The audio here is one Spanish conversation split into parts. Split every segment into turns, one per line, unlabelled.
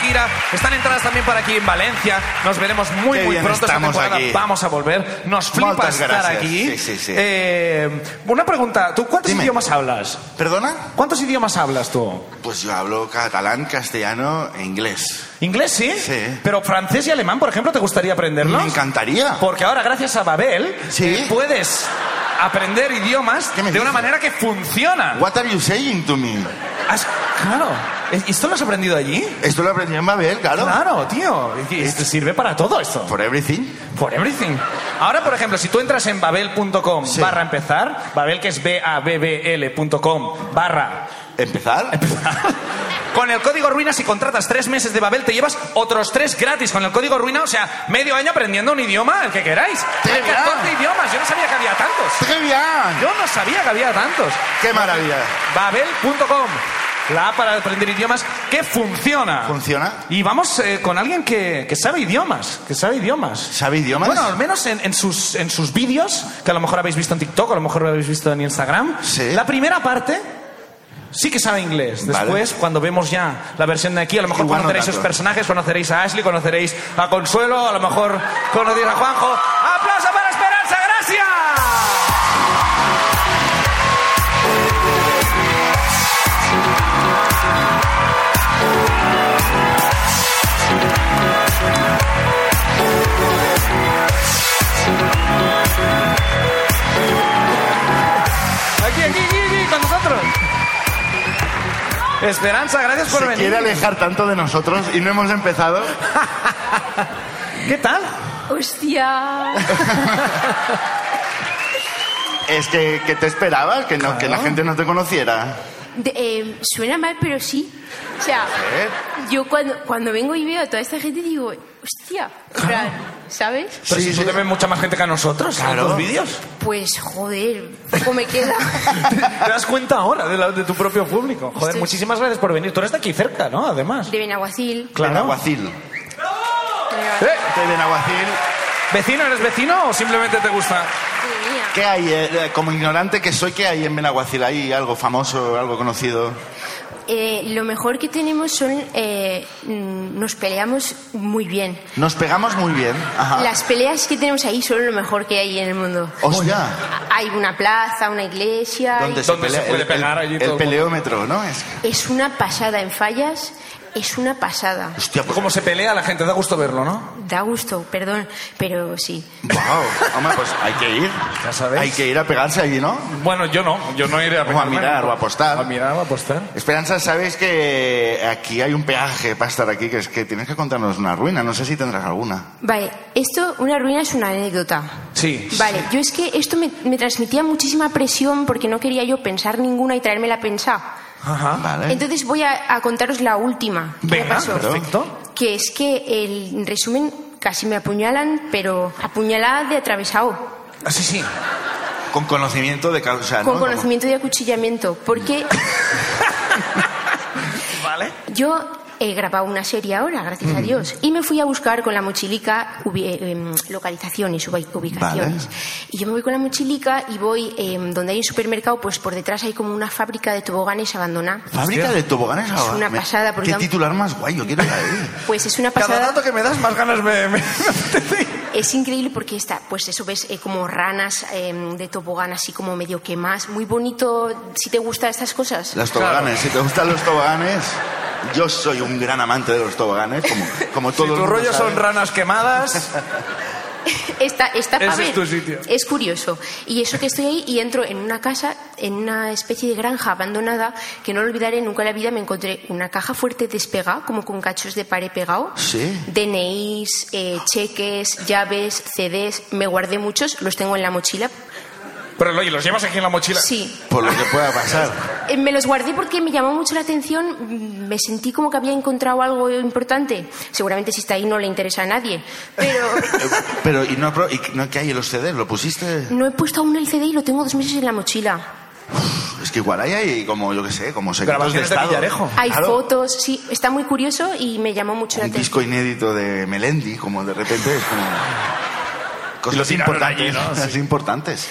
gira. Están entradas también para aquí en Valencia. Nos veremos muy,
Qué
muy
bien
pronto. Esta
estamos
temporada
aquí.
vamos a volver. Nos flipa
Moltes
estar
gràcies.
aquí.
Sí, sí, sí.
Eh, una pregunta. ¿Tú cuántos
Dime.
idiomas hablas?
¿Perdona?
¿Cuántos idiomas hablas tú?
Pues yo hablo catalán, castellano e inglés.
¿Inglés, sí?
Sí.
Pero francés y alemán, por ejemplo, ¿te gustaría aprenderlos?
Me encantaría.
Porque ahora, gracias a Babel,
Sí.
eh, puedes aprender idiomas
¿Qué
de
me
una
dices?
manera que funciona.
What are you saying to me?
Has- claro. ¿Y ¿Esto lo has aprendido allí?
Esto lo aprendí en Babel, claro.
Claro, tío. Esto sirve para todo esto.
For everything.
For everything. Ahora, por ejemplo, si tú entras en babel.com
Sí.
barra empezar, babel que es B-A-B-B-L.com barra
Empezar.
Con el código ruina, si contratas tres meses de Babel, te llevas otros tres gratis. Con el código ruina, o sea, medio año aprendiendo un idioma, el que queráis.
¡Qué
Hay
bien!
14 idiomas, yo no sabía que había tantos.
¡Qué bien!
Yo no sabía que había tantos.
¡Qué maravilla!
Babel.com, la app para aprender idiomas que funciona.
¿Funciona?
Y vamos eh, con alguien que, que sabe idiomas, que sabe idiomas.
¿Sabe idiomas?
Bueno, al menos en, en sus, en sus vídeos, que a lo mejor habéis visto en TikTok, a lo mejor lo habéis visto en Instagram.
Sí.
La primera parte sí que sabe inglés.
Vale.
Después, cuando vemos ya la versión de aquí, a lo mejor
Igual no
conoceréis
tanto.
sus personajes, conoceréis a Ashley, conoceréis a Consuelo, a lo mejor conoceréis a Juanjo. ¡Aplauso para Esperanza! ¡Gracias! Aquí, aquí, aquí, aquí, con nosotros. Esperanza, gracias por
se
venir.
quiere alejar tanto de nosotros y no hemos empezado.
¿Qué tal?
Hostia.
Es que, que te esperabas, que, no, que la gente no te conociera.
De- eh, suena mal, pero sí. O sea,
¿Eh?
yo cuando, cuando vengo y veo a toda esta gente digo, hostia, en plan, ¿sabes?
Pero
Sí,
si
sí.
se te ve mucha más gente que a nosotros en
Claro.
los vídeos.
Pues joder, poco me queda.
Te das cuenta ahora de, la- de tu propio público. Joder,
Estoy-
muchísimas gracias por venir. Tú eres de aquí cerca, ¿no? Además.
De Benaguacil.
De
Claro.
Benaguacil.
de Benaguacil.
¿Eh?
De Benaguacil.
¿Vecino? ¿Eres vecino o simplemente te gusta?
Madre mía.
¿Qué hay? eh, como ignorante que soy, ¿qué hay en Benaguacil? ¿Hay algo famoso, algo conocido?
Eh, lo mejor que tenemos son, eh, mm, nos peleamos muy bien.
Nos pegamos muy bien. Ajá.
Las peleas que tenemos ahí son lo mejor que hay en el mundo.
Hostia.
Hay una plaza, una iglesia. y-
¿Dónde se,
¿Dónde se
pelea?
puede
El- el-
pegar allí
El,
todo el mundo?
peleómetro, ¿no? Es que-
Es una pasada en fallas, es una pasada.
Hostia, pues...
Cómo se pelea la gente, da gusto verlo, ¿no?
Da gusto, perdón, pero sí.
Wow. Hombre, pues hay que ir.
Ya sabéis.
Hay que ir a pegarse allí, ¿no?
Bueno, yo no. Yo no iré a
O a
pegarme.
mirar, o a apostar.
A mirar o a apostar.
Esperanza, sabes que aquí hay un peaje para estar aquí, que es que tienes que contarnos una ruina. No sé si tendrás alguna.
Vale, esto, una ruina es una anécdota.
Sí.
Vale, yo es que esto me, me transmitía muchísima presión porque no quería yo pensar ninguna y traérmela pensada.
Ajá.
¿Eh?
Vale.
Entonces voy a, a contaros la última. que me
Venga,
pasó.
perfecto.
Que es que, el, en resumen, casi me apuñalan, pero apuñalada de atravesado.
Ah, sí, sí.
Con conocimiento de causa, ¿no?
Con conocimiento de acuchillamiento, porque
Vale.
yo he grabado una serie ahora, gracias
Mm.
a Dios, y me fui a buscar con la mochilica ubi- em, localizaciones, ubi- ubicaciones. Y yo me voy con la mochilica y voy em, donde hay un supermercado, pues por detrás hay como una fábrica de toboganes abandonada.
Como- Fábrica de toboganes ahora.
una
Me-
pasada, porque
Qué
tam-
titular más guay, yo quiero ir ahí.
Pues es una
Cada
pasada.
dato que me das, más ganas me... me-
Es increíble porque está, pues eso ves eh, como ranas em, de tobogán así como medio que más. Muy bonito si te gustan estas cosas.
Las toboganes, si te gustan los toboganes. Yo soy un gran amante de los toboganes, como, como todo
Si
el
tu
mundo
rollo
sabe.
son ranas quemadas...
Esta, esta
Ese
pa'
es
ver.
tu sitio.
Es curioso. Y eso que estoy ahí y entro en una casa, en una especie de granja abandonada, que no lo olvidaré nunca en la vida, me encontré una caja fuerte despegada, como con cachos de pared pegado.
Sí.
DNIs, eh, cheques, llaves, CDs. Me guardé muchos, los tengo en la mochila.
Pero oye, los llevas aquí en la mochila.
Sí.
Por lo que pueda pasar.
Eh, Me los guardé porque me llamó mucho la atención, mm, me sentí como que había encontrado algo importante. Seguramente si está ahí no le interesa a nadie, pero
Eh, Pero, ¿y no, apro- y no qué hay en los CDs? ¿Lo pusiste?
no he puesto aún el CD y lo tengo dos meses en la mochila.
Es que igual hay ahí, como yo que sé, como secretos de
Grabaciones de
estado.
Villarejo.
Hay
Claro.
fotos, sí, está muy curioso y me llamó mucho la
Un
atención.
disco inédito de Melendi, como de repente es como...
Y lo
Cosas
tiraron
importantes,
allí, ¿no?
cosas importantes.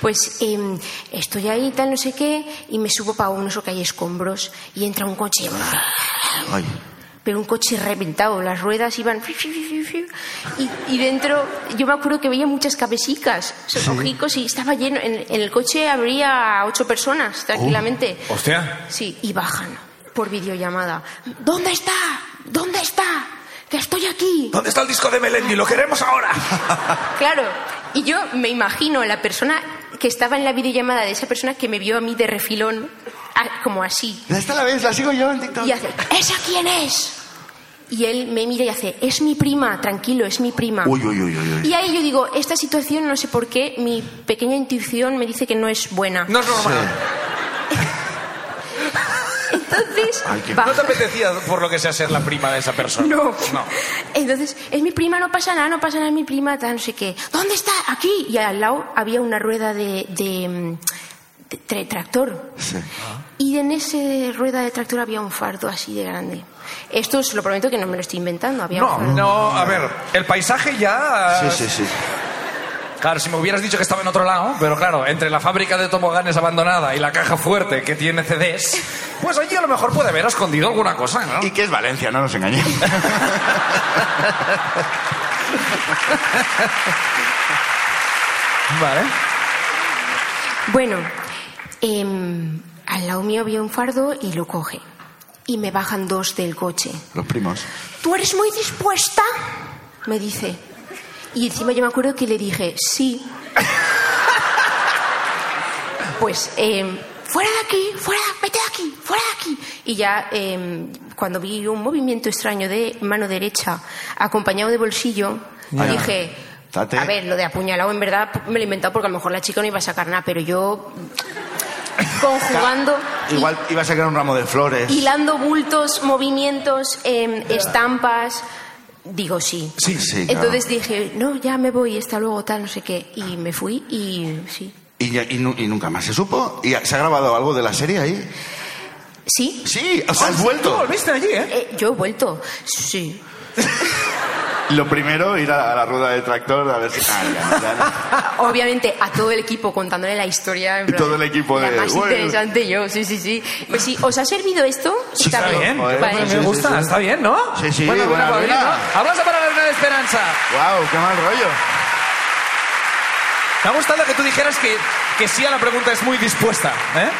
Pues em, estoy ahí, tal, no sé qué, y me subo para unos o que hay escombros y entra un coche.
Ay,
pero un coche reventado, las ruedas iban... fiu, fiu, fiu, fiu, Y, y dentro, yo me acuerdo que veía muchas cabecicas, ojicos, y estaba lleno. En, en el coche habría ocho personas, tranquilamente.
Hostia.
Sí, y bajan por videollamada. ¿Dónde está? ¿Dónde está? Que estoy aquí.
¿Dónde está el disco de Melendi? Lo queremos ahora.
Claro. Y yo me imagino la persona que estaba en la videollamada de esa persona que me vio a mí de refilón, a- como así.
Esta la ves, la sigo yo en TikTok.
Y hace, ¿esa quién es? Y él me mira y hace, es mi prima, tranquilo, es mi prima.
Uy, uy, uy, uy. uy.
Y ahí yo digo, esta situación no sé por qué, mi pequeña intuición me dice que no es buena.
No es normal.
Sí.
Entonces,
Ay, qué-
No
baja.
te apetecía, por lo que sea, ser la prima de esa persona.
No.
No.
Entonces, es mi prima, no pasa nada, no pasa nada, es mi prima, tal, no sé qué. ¿Dónde está? Aquí. Y al lado había una rueda de, de, mm, de tra- tractor.
Sí.
Y en esa rueda de tractor había un fardo así de grande. Esto os lo prometo que no me lo estoy inventando. Había un
No,
fardo.
no, a ver, el paisaje ya...
Sí, sí, sí.
Claro, si me hubieras dicho que estaba en otro lado, pero claro, entre la fábrica de toboganes abandonada y la caja fuerte que tiene CDs, pues allí a lo mejor puede haber escondido alguna cosa, ¿no?
¿Y qué es Valencia? No nos engañemos.
Vale.
Bueno, em, al lado mío había un fardo y lo coge. Y me bajan dos del coche.
Los primos.
¿Tú eres muy dispuesta? Me dice. Y encima yo me acuerdo que le dije, sí. pues, em, fuera de aquí, fuera, vete de aquí, fuera de aquí. Y ya em, cuando vi un movimiento extraño de mano derecha acompañado de bolsillo,
Ya.
dije,
Date.
a ver, lo de apuñalado en verdad me lo he inventado porque a lo mejor la chica no iba a sacar nada, pero yo conjugando... y-
Igual iba a sacar un ramo de flores.
hilando bultos, movimientos, em, estampas. Digo sí.
Sí, sí. claro.
Entonces dije, no, ya me voy, hasta luego, tal, no sé qué. Y me fui y sí.
Y, ya- y nu- y nunca más se supo. ¿Y se ha grabado algo de la serie ahí?
¿Sí? Oh,
Sí, o sea, has
Tú
vuelto.
volviste allí, ¿eh?
Eh, yo he vuelto. Sí.
Lo primero, ir a, a la rueda de tractor a ver si. Ah, ya no, ya no.
Obviamente a todo el equipo contándole la historia. en
Y todo el equipo
la
de,
más
"Bueno".
interesante yo, sí, sí, sí. Pues sí, ¿os ha servido esto? Sí,
Está bien,
Joder,
Vale.
me
sí, sí,
gusta,
sí.
está bien, ¿no?
Sí, sí,
bueno,
buena
bueno,
ruina.
¿no? Abrazo para la Reina de Esperanza.
¡Wow! ¡Qué mal rollo!
Me ha gustado que tú dijeras que, que sí a la pregunta es muy dispuesta, ¿eh?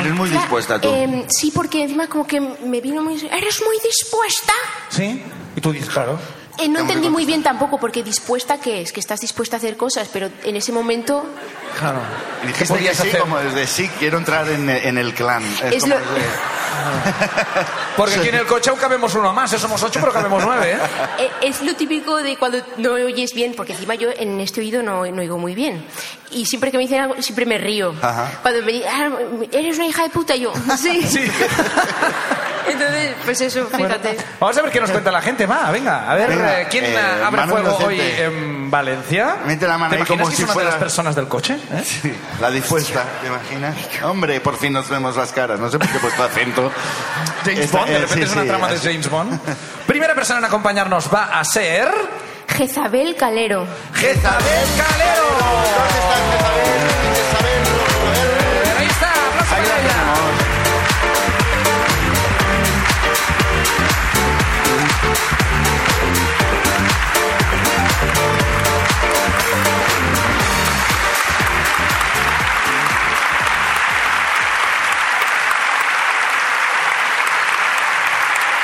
Eres muy
O sea,
dispuesta tú.
em, sí, porque encima como que me vino muy... ¿Eres muy dispuesta?
Sí. Y tú dices, claro.
Eh, no
Tengo que
entendí muy bien tampoco, porque dispuesta que es, que estás dispuesta a hacer cosas, pero en ese momento
Claro.
Y
¿Qué
dijiste que
podías
sí,
hacer?
como desde sí, quiero entrar en, en el clan. Es
Es
como
lo-
desde-
Porque aquí en el coche aún cabemos uno más, somos ocho, pero cabemos nueve, ¿eh?
eh, es lo típico de cuando no oyes bien, porque encima yo en este oído no, no oigo muy bien. Y siempre que me dicen algo, siempre me río.
Ajá.
Cuando me dicen, "Ah, eres una hija de puta, yo, sí.
Sí.
Entonces, pues eso, fíjate.
Vamos a ver qué nos cuenta la gente, va, venga. A ver,
Venga,
eh, ¿quién
eh,
ah, abre
mano
fuego hoy
inocente.
en Valencia?
Mete la mano
¿Te
ahí
imaginas
como
que
si
es una de las
fuera-
personas del coche? eh?
Sí, la dispuesta, ¿te imaginas? Hombre, por fin nos vemos las caras. No sé por qué he puesto acento.
James
Esta-
Bond, de
eh,
repente
sí,
es una
sí,
trama de
así.
James Bond. Primera persona en acompañarnos va a ser...
Jezabel Calero.
Jezabel Calero.
¿Dónde estás, Jezabel? Jezabel, Jezabel.
Ahí está, aplauso
Ahí la
para ella.
tenemos.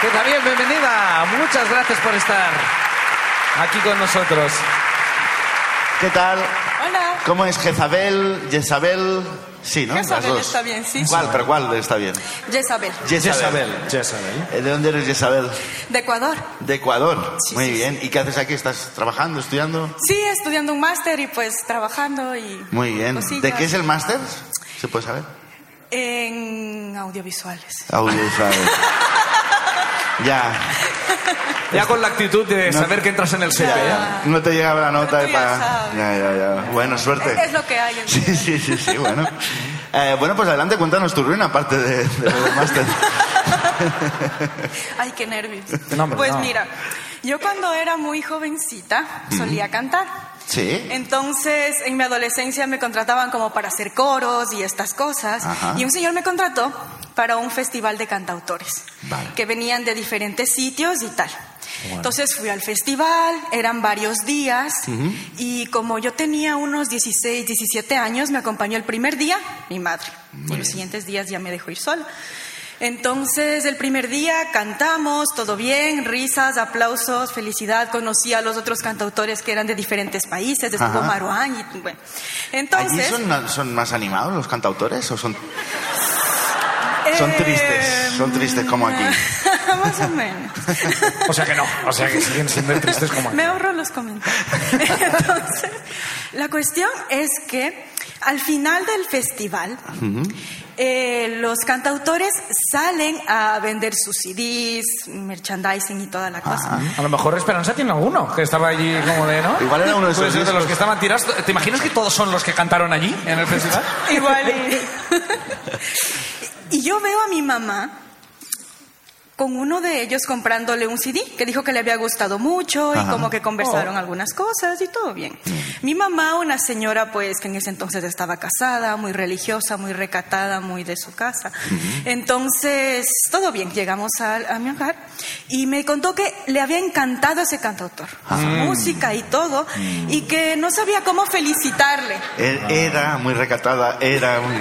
Jezabel, bienvenida. Muchas gracias por estar aquí con nosotros.
¿Qué tal?
Hola.
¿Cómo es Jezabel? Jezabel. Sí, ¿no?
Jezabel
Las dos.
está bien, sí, sí.
¿Cuál? ¿Pero cuál está bien?
Jezabel,
Jezabel.
Jezabel.
Eh, ¿De dónde eres, Jezabel?
de Ecuador.
De Ecuador.
Sí,
Muy
sí,
bien. ¿Y qué haces aquí? ¿Estás trabajando, estudiando?
Sí, estudiando un máster y pues trabajando y...
Muy bien.
cosillas
¿De qué es el máster? ¿Se puede saber?
En audiovisuales.
Audiovisual. ya.
Ya con la actitud de
Este- No.
saber que entras en el CP. ¿eh?
No te llegaba la nota
Pero
y
tú Ah. ya
para.
sabes.
Ya, ya, ya. Bueno, suerte.
Es lo que hay en
Sí, sí, sí, sí, bueno. Eh, bueno, pues adelante, cuéntanos tu ruina, aparte de, de lo del máster.
Ay, qué nervios.
No, hombre,
pues
no.
mira, yo cuando era muy jovencita solía cantar.
Sí.
Entonces, en mi adolescencia me contrataban como para hacer coros y estas cosas.
Ajá.
Y un señor me contrató para un festival de cantautores
Vale.
que venían de diferentes sitios y tal. Entonces fui al festival, eran varios días y como yo tenía unos 16, 17 años, me acompañó el primer día mi madre y los siguientes días ya me dejó ir sola. Entonces, el primer día cantamos, todo bien, risas, aplausos, felicidad. Conocí a los otros cantautores que eran de diferentes países, estuvo
Ajá.
Maruán y bueno.
¿Allí
Entonces,
son, son más animados los cantautores o son, son tristes? Son tristes como aquí.
eh, Más o menos.
O sea que no, o sea que siguen siendo tristes como
Me
aquí.
ahorro los comentarios. Entonces, la cuestión es que al final del festival, eh, los cantautores salen a vender sus CDs, merchandising y toda la cosa.
A lo mejor Esperanza tiene alguno que estaba allí como de, ¿no?
Igual era uno de esos
Puede ser de
discos.
los que estaban tirados. ¿Te imaginas que todos son los que cantaron allí en el festival?
Igual. Y... y yo veo a mi mamá con uno de ellos comprándole un CD que dijo que le había gustado mucho y
Ajá.
como que conversaron algunas cosas y todo bien. Mi mamá, una señora pues que en ese entonces estaba casada, muy religiosa, muy recatada, muy de su casa. Entonces, todo bien, llegamos a, a mi hogar y me contó que le había encantado ese cantautor, su música y todo, y que no sabía cómo felicitarle.
Er- Era muy recatada, era muy...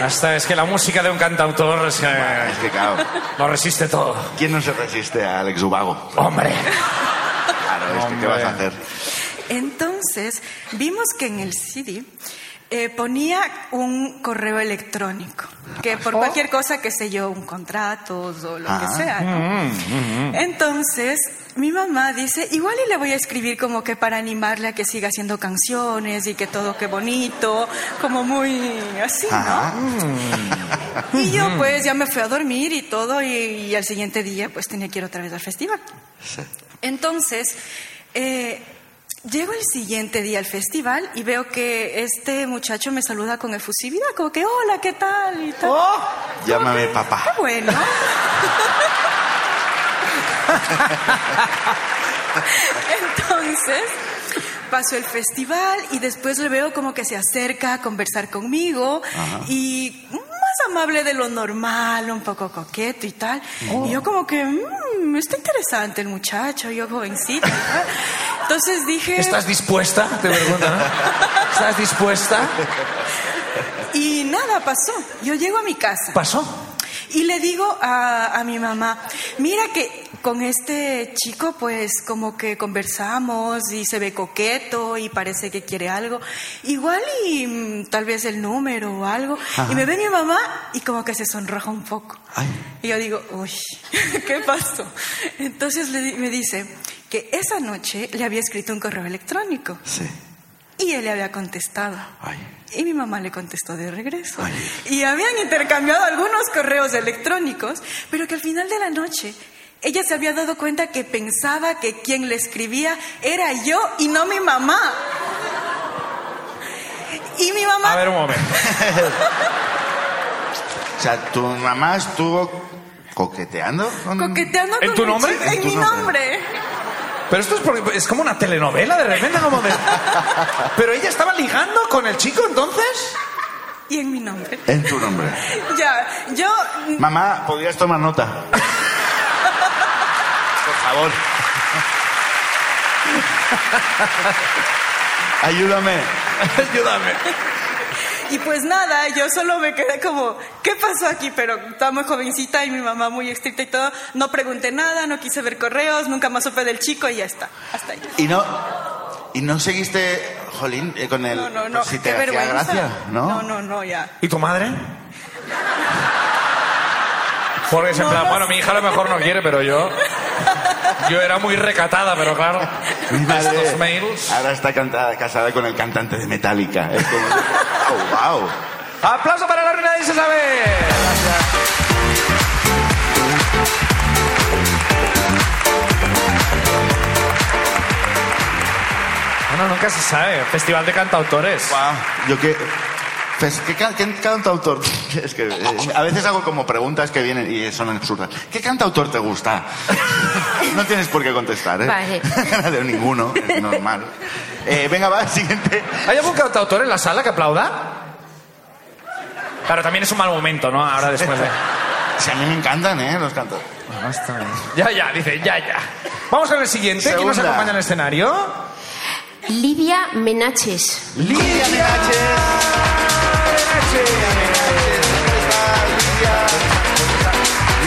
Hasta es que la música de un cantautor es que
Es que claro,
lo resiste todo. Oh,
¿quién no se resiste a Alex Ubago?
Hombre.
Claro, es que ¿qué
Hombre.
vas a hacer?
Entonces, vimos que en el CD eh, ponía un correo electrónico, que por cualquier cosa, que sé yo, un contrato o lo
Oh. Ah. mm.
que sea. Eh, ¿no? Entonces, mi mamá dice, igual y le voy a escribir como que para animarle a que siga haciendo canciones y que todo qué bonito, como muy así, ¿no?
Ajá.
Y
Mm.
yo pues ya me fui a dormir y todo y, y al siguiente día pues tenía que ir otra vez al festival. Entonces, eh, llego el siguiente día al festival y veo que este muchacho me saluda con efusividad, como que hola, ¿qué tal? Y tal.
Llámame
Qué
papá.
bueno. Entonces, pasó el festival y después le veo como que se acerca a conversar conmigo y más amable de lo normal, un poco coqueto y tal.
Oh.
Y yo como que, "Mm, está interesante el muchacho, yo jovencita. y tal. Entonces dije...
¿Estás dispuesta? Te preguntan, ¿no? ¿Estás dispuesta?
Y nada, pasó. Yo llego a mi casa.
Pasó.
Y le digo a, a mi mamá, mira que con este chico pues como que conversamos y se ve coqueto y parece que quiere algo. Igual y mm, tal vez el número o algo. Y me ve mi mamá y como que se sonroja un poco. Y yo digo, uy, ¿qué pasó? Entonces le di- me dice que esa noche le había escrito un correo electrónico
Sí.
y él le había contestado.
Ay.
Y mi mamá le contestó de regreso.
Ay.
Y habían intercambiado algunos correos electrónicos, pero que al final de la noche ella se había dado cuenta que pensaba que quien le escribía era yo y no mi mamá. Y mi mamá
A ver un momento.
O sea, tu mamá estuvo coqueteando con...
coqueteando
¿En
con
tu
el
nombre?
chico-
¿En
En,
tu
mi
nombre?
nombre.
Pero esto es, porque- es como una telenovela de repente, como de... Pero ella estaba ligando con el chico entonces.
Y en mi nombre.
En tu nombre.
Ya, yo
Mamá, ¿podrías tomar nota? Por favor. Ayúdame.
Ayúdame.
Y pues nada, yo solo me quedé como, ¿qué pasó aquí? Pero estaba muy jovencita y mi mamá muy estricta y todo. No pregunté nada, no quise ver correos, nunca más supe del chico y ya está. Hasta ahí.
Y no... Y no seguiste, Jolín, eh, con el...
No, no, no.
Si te
qué
hacía
vergüenza.
gracia, ¿no?
no, no, no, ya.
¿Y tu madre? Porque es en
No
plan,
lo
bueno, mi hija a lo mejor no quiere, pero yo... Yo era muy recatada, pero claro.
Mi madre
Estos mails.
ahora está canta- casada con el cantante de Metallica. Es como... ¡Oh, wow!
¡Aplauso para la reina de Isabel! Bueno, nunca se sabe. Festival de cantautores.
Yo que Pues, ¿qué, ca- qué cantautor? Es que eh, a veces hago como preguntas que vienen y son absurdas. ¿Qué cantautor te gusta? No tienes por qué contestar, ¿eh?
Vale.
De ninguno, es normal. Eh, venga, va, siguiente.
¿Hay algún cantautor en la sala que aplauda? Claro, también es un mal momento, ¿no? Ahora después de...
Si a mí me encantan, ¿eh? Los cantos.
Ya, ya, dice, ya, ya. Vamos con el siguiente. ¿Quién nos
Segunda.
acompaña en el escenario?
Lidia Menaches.
Lidia Menaches. Lidia Menaches. ¿Dónde está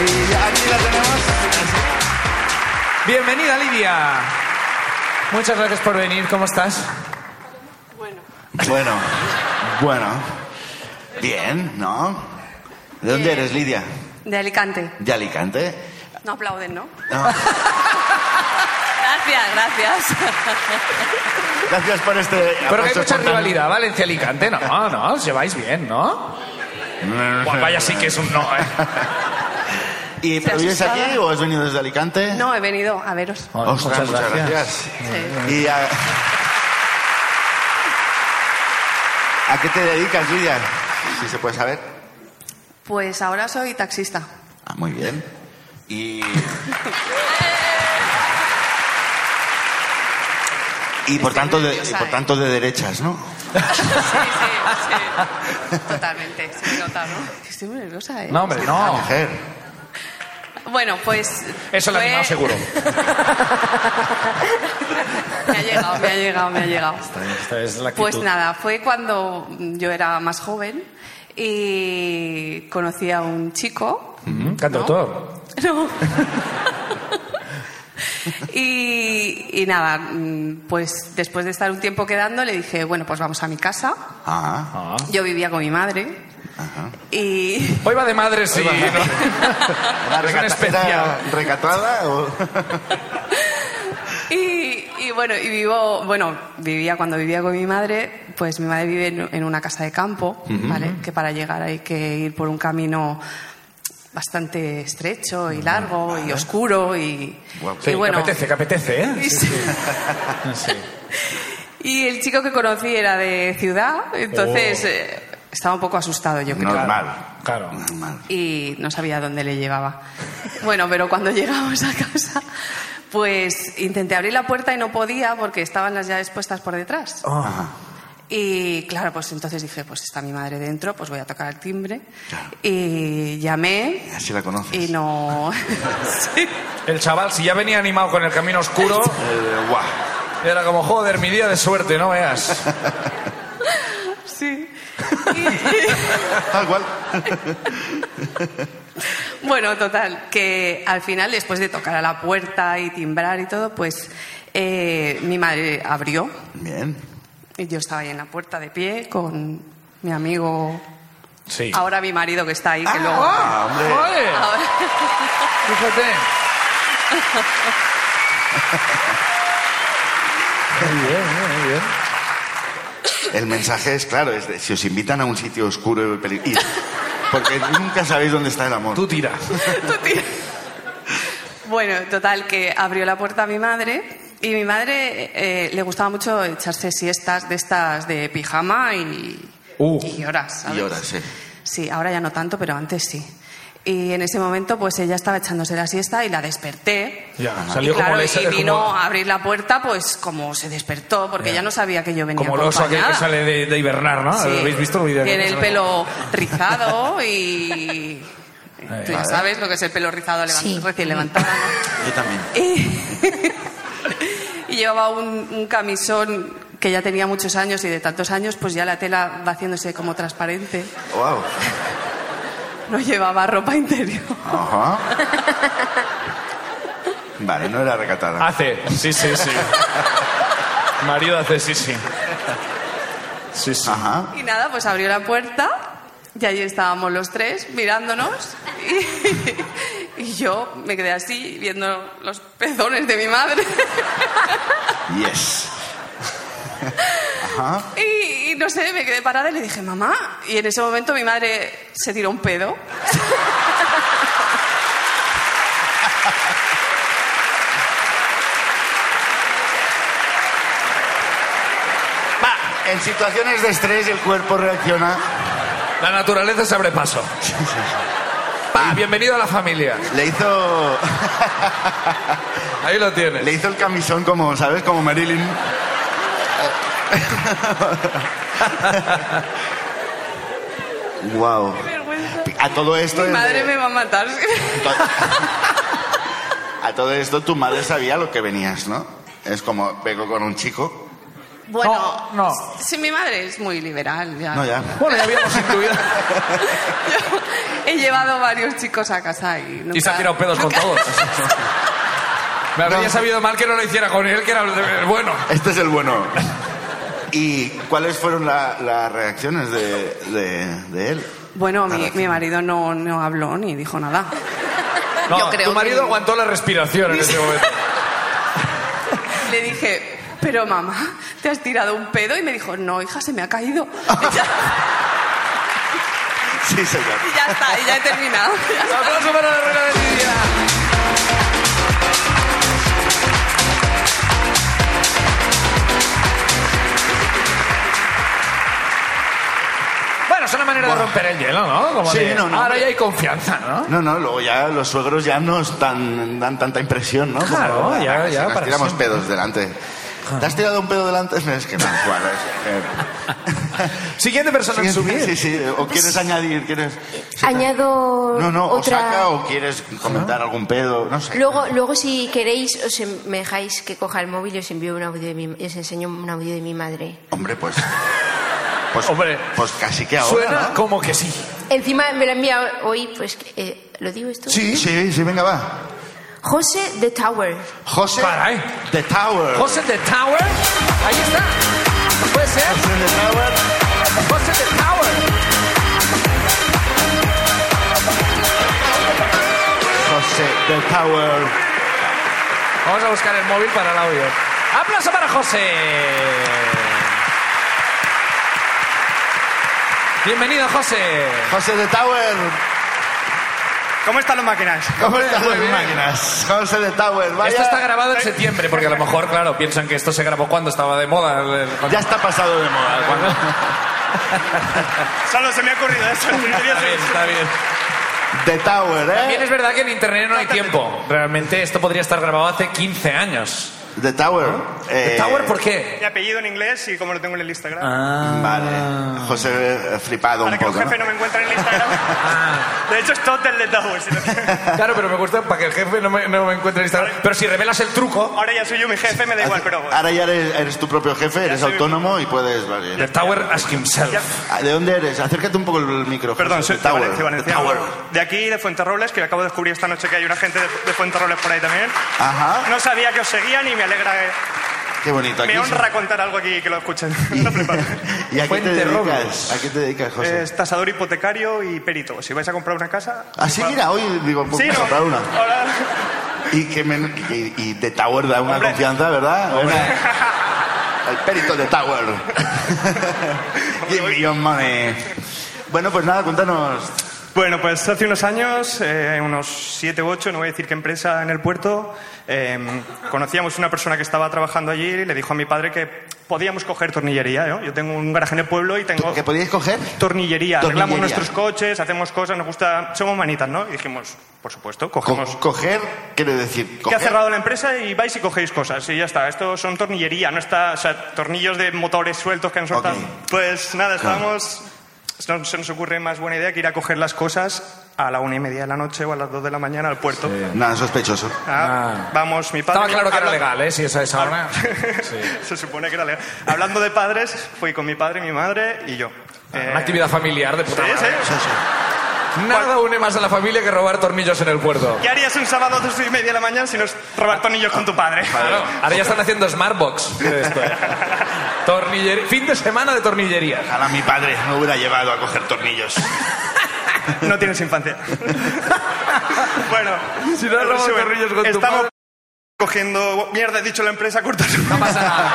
Lidia? Lidia, aquí la tenemos.
Bienvenida, Lidia. Muchas gracias por venir. ¿Cómo estás?
Bueno, bueno. Bien, ¿no? ¿De dónde eres, Lidia?
De Alicante.
¿De Alicante?
No aplauden, ¿no?
No.
Gracias, gracias.
Gracias por este.
Pero que hay
aplauso
mucha
espontáneo.
rivalidad, Valencia-Alicante. No, no, os lleváis bien, ¿no? Buah, vaya, sí que es un no, ¿eh?
¿Y pero vives
asustada.
aquí o has venido desde Alicante?
No, he venido a veros.
Ostras, muchas, gracias. ¿Y a... ¿A qué te dedicas, Lidia? Si se puede saber.
Pues ahora soy taxista.
Ah, muy bien. Y. Y por
Estoy
tanto, de,
nerviosa,
y por
¿eh?
tanto de derechas, ¿no?
Sí, sí, sí. Totalmente, se nota, ¿no? Estoy muy nerviosa, ¿eh?
No, hombre, no.
Mujer.
Bueno, pues...
Eso lo ha
fue-
animado seguro.
Me ha llegado, me ha llegado, me ha llegado.
Esta es la
Pues
actitud.
nada, fue cuando yo era más joven y conocí a un chico
Mm, Cantautor.
No. y, y nada, mm, pues después de estar un tiempo quedando, le dije, bueno, pues vamos a mi casa.
Ah.
Ah,
Yo vivía con mi madre. Y
Hoy va de madre, sí.
¿Una
Es un
recata- era
especial.
recatada o.?
Y, y bueno, y vivo, bueno, vivía cuando vivía con mi madre, pues mi madre vive en, en una casa de campo, ¿vale? Que para llegar hay que ir por un camino bastante estrecho y largo y oscuro y,
Guau,
y
Sí,
bueno.
Que apetece, que apetece, ¿eh?
y sí. Y el chico que conocí era de ciudad, entonces
Oh.
eh, estaba un poco asustado, yo creo.
Normal.
Claro.
Normal.
y no sabía dónde le llevaba. Bueno, pero cuando llegamos a casa, pues intenté abrir la puerta y no podía porque estaban las llaves puestas por detrás.
Ajá.
Y claro, pues entonces dije, pues está mi madre dentro, pues voy a tocar el timbre. Y llamé
Así la conoces.
y no... Sí.
El chaval, si ya venía animado con el camino oscuro,
Eh, guau.
era como, joder, mi día de suerte, no veas.
sí.
Tal cual.
Bueno, total, que al final, después de tocar a la puerta y timbrar y todo, pues eh, mi madre abrió
Bien.
y yo estaba ahí en la puerta de pie con mi amigo,
Sí.
ahora mi marido que está ahí, que
Ah,
hombre.
joder.
luego... A ver.
Fíjate. Muy bien, muy bien.
El mensaje es claro, es de, si os invitan a un sitio oscuro y peligroso, porque nunca sabéis dónde está el amor.
Tú tira.
Bueno, total, que abrió la puerta a mi madre y mi madre eh, le gustaba mucho echarse siestas de estas de pijama y,
Uh.
y horas. ¿sabes?
y ahora sí.
Sí, ahora ya no tanto, pero antes sí. Y en ese momento, pues ella estaba echándose la siesta y la desperté.
Ya,
Y
salió como
claro,
le-
y
como-
vino a abrir la puerta, pues como se despertó, porque
Ya.
ya no sabía que yo venía
Como el oso aquel que
acompañada.
sale de, de hibernar, ¿no?
Sí.
¿Lo habéis visto el video?
Tiene
que
el
sale?
pelo rizado y... Tú ya sabes lo que es el pelo rizado levant-
Sí.
recién levantado, ¿no?
Yo también.
Y llevaba un, un camisón que ya tenía muchos años y de tantos años, pues ya la tela va haciéndose como transparente.
Wow.
No llevaba ropa interior.
Ajá. Vale, no era recatada.
Hace, sí, sí, sí. Marido hace, sí, sí. Sí, sí.
Ajá.
Y nada, pues abrió la puerta y ahí estábamos los tres mirándonos. Y, y yo me quedé así viendo los pezones de mi madre.
Yes. Ajá.
Y, y no sé, me quedé parada y le dije, mamá. Y en ese momento mi madre se tiró un pedo.
En situaciones de estrés el cuerpo reacciona.
La naturaleza se abre paso. Y bienvenido a la familia.
Le hizo,
Ahí lo tienes.
le hizo el camisón como, ¿sabes? Como Marilyn. wow.
vergüenza.
A todo esto.
Mi
desde-
madre me va a matar.
A todo esto tu madre sabía lo que venías, ¿no? Es como vengo con un chico.
Bueno,
No, no.
sí, mi madre es muy liberal. Ya.
No, ya.
Bueno, ya habíamos intuido.
Yo he llevado varios chicos a casa y nunca...
Y se ha tirado pedos con todos. Me habría sabido mal que no lo hiciera con él, que era el de- el bueno.
Este es el bueno. ¿Y cuáles fueron la- las reacciones de, de- de él?
Bueno, mi,
Nada.
mi marido no, no habló ni dijo nada.
No,
Yo creo
tu marido
que-
aguantó la respiración en ese momento.
Le dije, pero mamá, ¿te has tirado un pedo? Y me dijo, no, hija, se me ha caído.
Sí, señor.
Y ya está, y ya he terminado.
Un aplauso para la reina de Lidia. Bueno, es una manera de romper el hielo, ¿no? Como
Sí,
de,
no, no.
Ahora ya hay confianza, ¿no?
No, no, luego ya los suegros ya nos dan, dan tanta impresión, ¿no? Como,
Claro,
ah,
ya-
si
ya,
Nos
para
tiramos
siempre.
pedos delante. ¿Te has tirado un pedo delante? Es que no, cuál es.
Siguiente persona en subir.
Sí, sí,
Pues
o quieres añadir, quieres...
Añado
No, no,
otra...
o saca o quieres comentar algún pedo, no sé.
Luego, luego si queréis, os en- me dejáis que coja el móvil y os envío un audio de mi, os enseño un audio de mi madre.
Hombre, pues... Pues,
Hombre.
pues casi que ahora,
Suena
¿no?
como que sí.
Encima me lo envía hoy, pues, que, eh, ¿lo digo esto?
Sí, sí, sí, venga, va.
José The Tower.
José
Para, ¿eh?
The Tower.
José de Tower. Ahí está. Puede ser.
José The Tower.
José de Tower.
José The Tower.
Vamos a buscar el móvil para el audio. Aplauso para José. Bienvenido, José.
José The Tower.
¿Cómo están las máquinas?
¿Cómo están
muy
las
bien.
máquinas? José The Tower, vaya...
Esto está grabado en septiembre, porque a lo mejor, claro, piensan que esto se grabó cuando estaba de moda. el- el- cuando-
Ya está pasado de moda.
cuando-
Solo se me ha ocurrido eso.
Está bien, está bien.
The Tower, ¿eh?
También es verdad que en internet no hay tiempo. Realmente esto podría estar grabado hace 15 años.
The Tower. eh,
¿Tower por qué?
Mi apellido en inglés y como lo tengo en el Instagram.
Ah.
Vale. José eh, flipado
Para
un
que
poco.
un jefe
¿no?
no me encuentre en el Instagram.
Ah.
De hecho, es Total de Tower. si no-
Claro, pero me gusta para que el jefe no me, no me encuentre en Instagram. Pero si revelas el truco,
Ahora ya soy yo mi jefe, me da igual, pero bueno.
Ahora ya eres, eres tu propio jefe, eres
soy-
autónomo y puedes. vale.
the tower as himself.
Ah, ¿De dónde eres? Acércate un poco el micro.
Perdón, soy
José, The
de
Tower.
Valencia,
The
Valencia.
Tower.
De aquí, de Fuenterrobles, que acabo de descubrir esta noche que hay una gente de, de Fuenterrobles por ahí también.
Ajá.
No sabía que os seguían y me alegra. eh.
Qué bonito. Aquí
Me
sí.
honra contar algo aquí que lo escuchen. Lo preparo.
¿Y a qué te
Fuente Robles.
dedicas? ¿A qué te dedicas, José?
Es tasador hipotecario y perito. Si vais a comprar una casa.
Así,
igual-
mira, hoy digo, voy
Sí,
a
¿no?
comprar una.
Ahora-
Y, que me, y, y The Tower da una
Hombre.
confianza, ¿verdad? Una- el perito de Tower. Give me your money. eh. Bueno, pues nada, cuéntanos.
Bueno, pues hace unos años, eh, unos siete u ocho, no voy a decir qué empresa en el puerto, eh, conocíamos una persona que estaba trabajando allí y le dijo a mi padre que podíamos coger tornillería. ¿no? Yo tengo un garaje en el pueblo y tengo
¿Que podíais coger?
tornillería. Arreglamos
Tornillería.
nuestros coches, hacemos cosas, nos gusta, somos manitas, ¿no? Y dijimos, por supuesto,
Co-
cogemos.
coger quiere decir
que
coger.
ha cerrado la empresa y vais y cogéis cosas y ya está. Esto son tornillería, no está, o sea, tornillos de motores sueltos que han soltado.
Ok.
Pues nada,
Claro.
estábamos. No se nos ocurre más buena idea que ir a coger las cosas a la una y media de la noche o a las dos de la mañana al puerto.
Eh, Nada, sospechoso.
Ah, Vamos, mi padre.
Estaba claro que era
habla- Ah.
legal, ¿eh? Si esa es ahora.
Se supone que era legal. Hablando de padres, fui con mi padre, mi madre y yo. Eh,
Ah, Una actividad familiar de puta
sí,
madre.
sí.
Sí, sí.
Nada une más a la familia que robar tornillos en el puerto.
¿Qué harías un sábado a dos y media de la mañana si no es robar tornillos con tu padre?
Claro, ahora ya están haciendo Smartbox de esto. Torniller- Fin de semana de tornillería.
Ojalá mi padre me hubiera llevado a coger tornillos.
No tienes infancia. bueno,
Si no has robado
resumen,
tornillos con tu
estamos
padre-
cogiendo mierda, he dicho la empresa corta.
No pasa nada.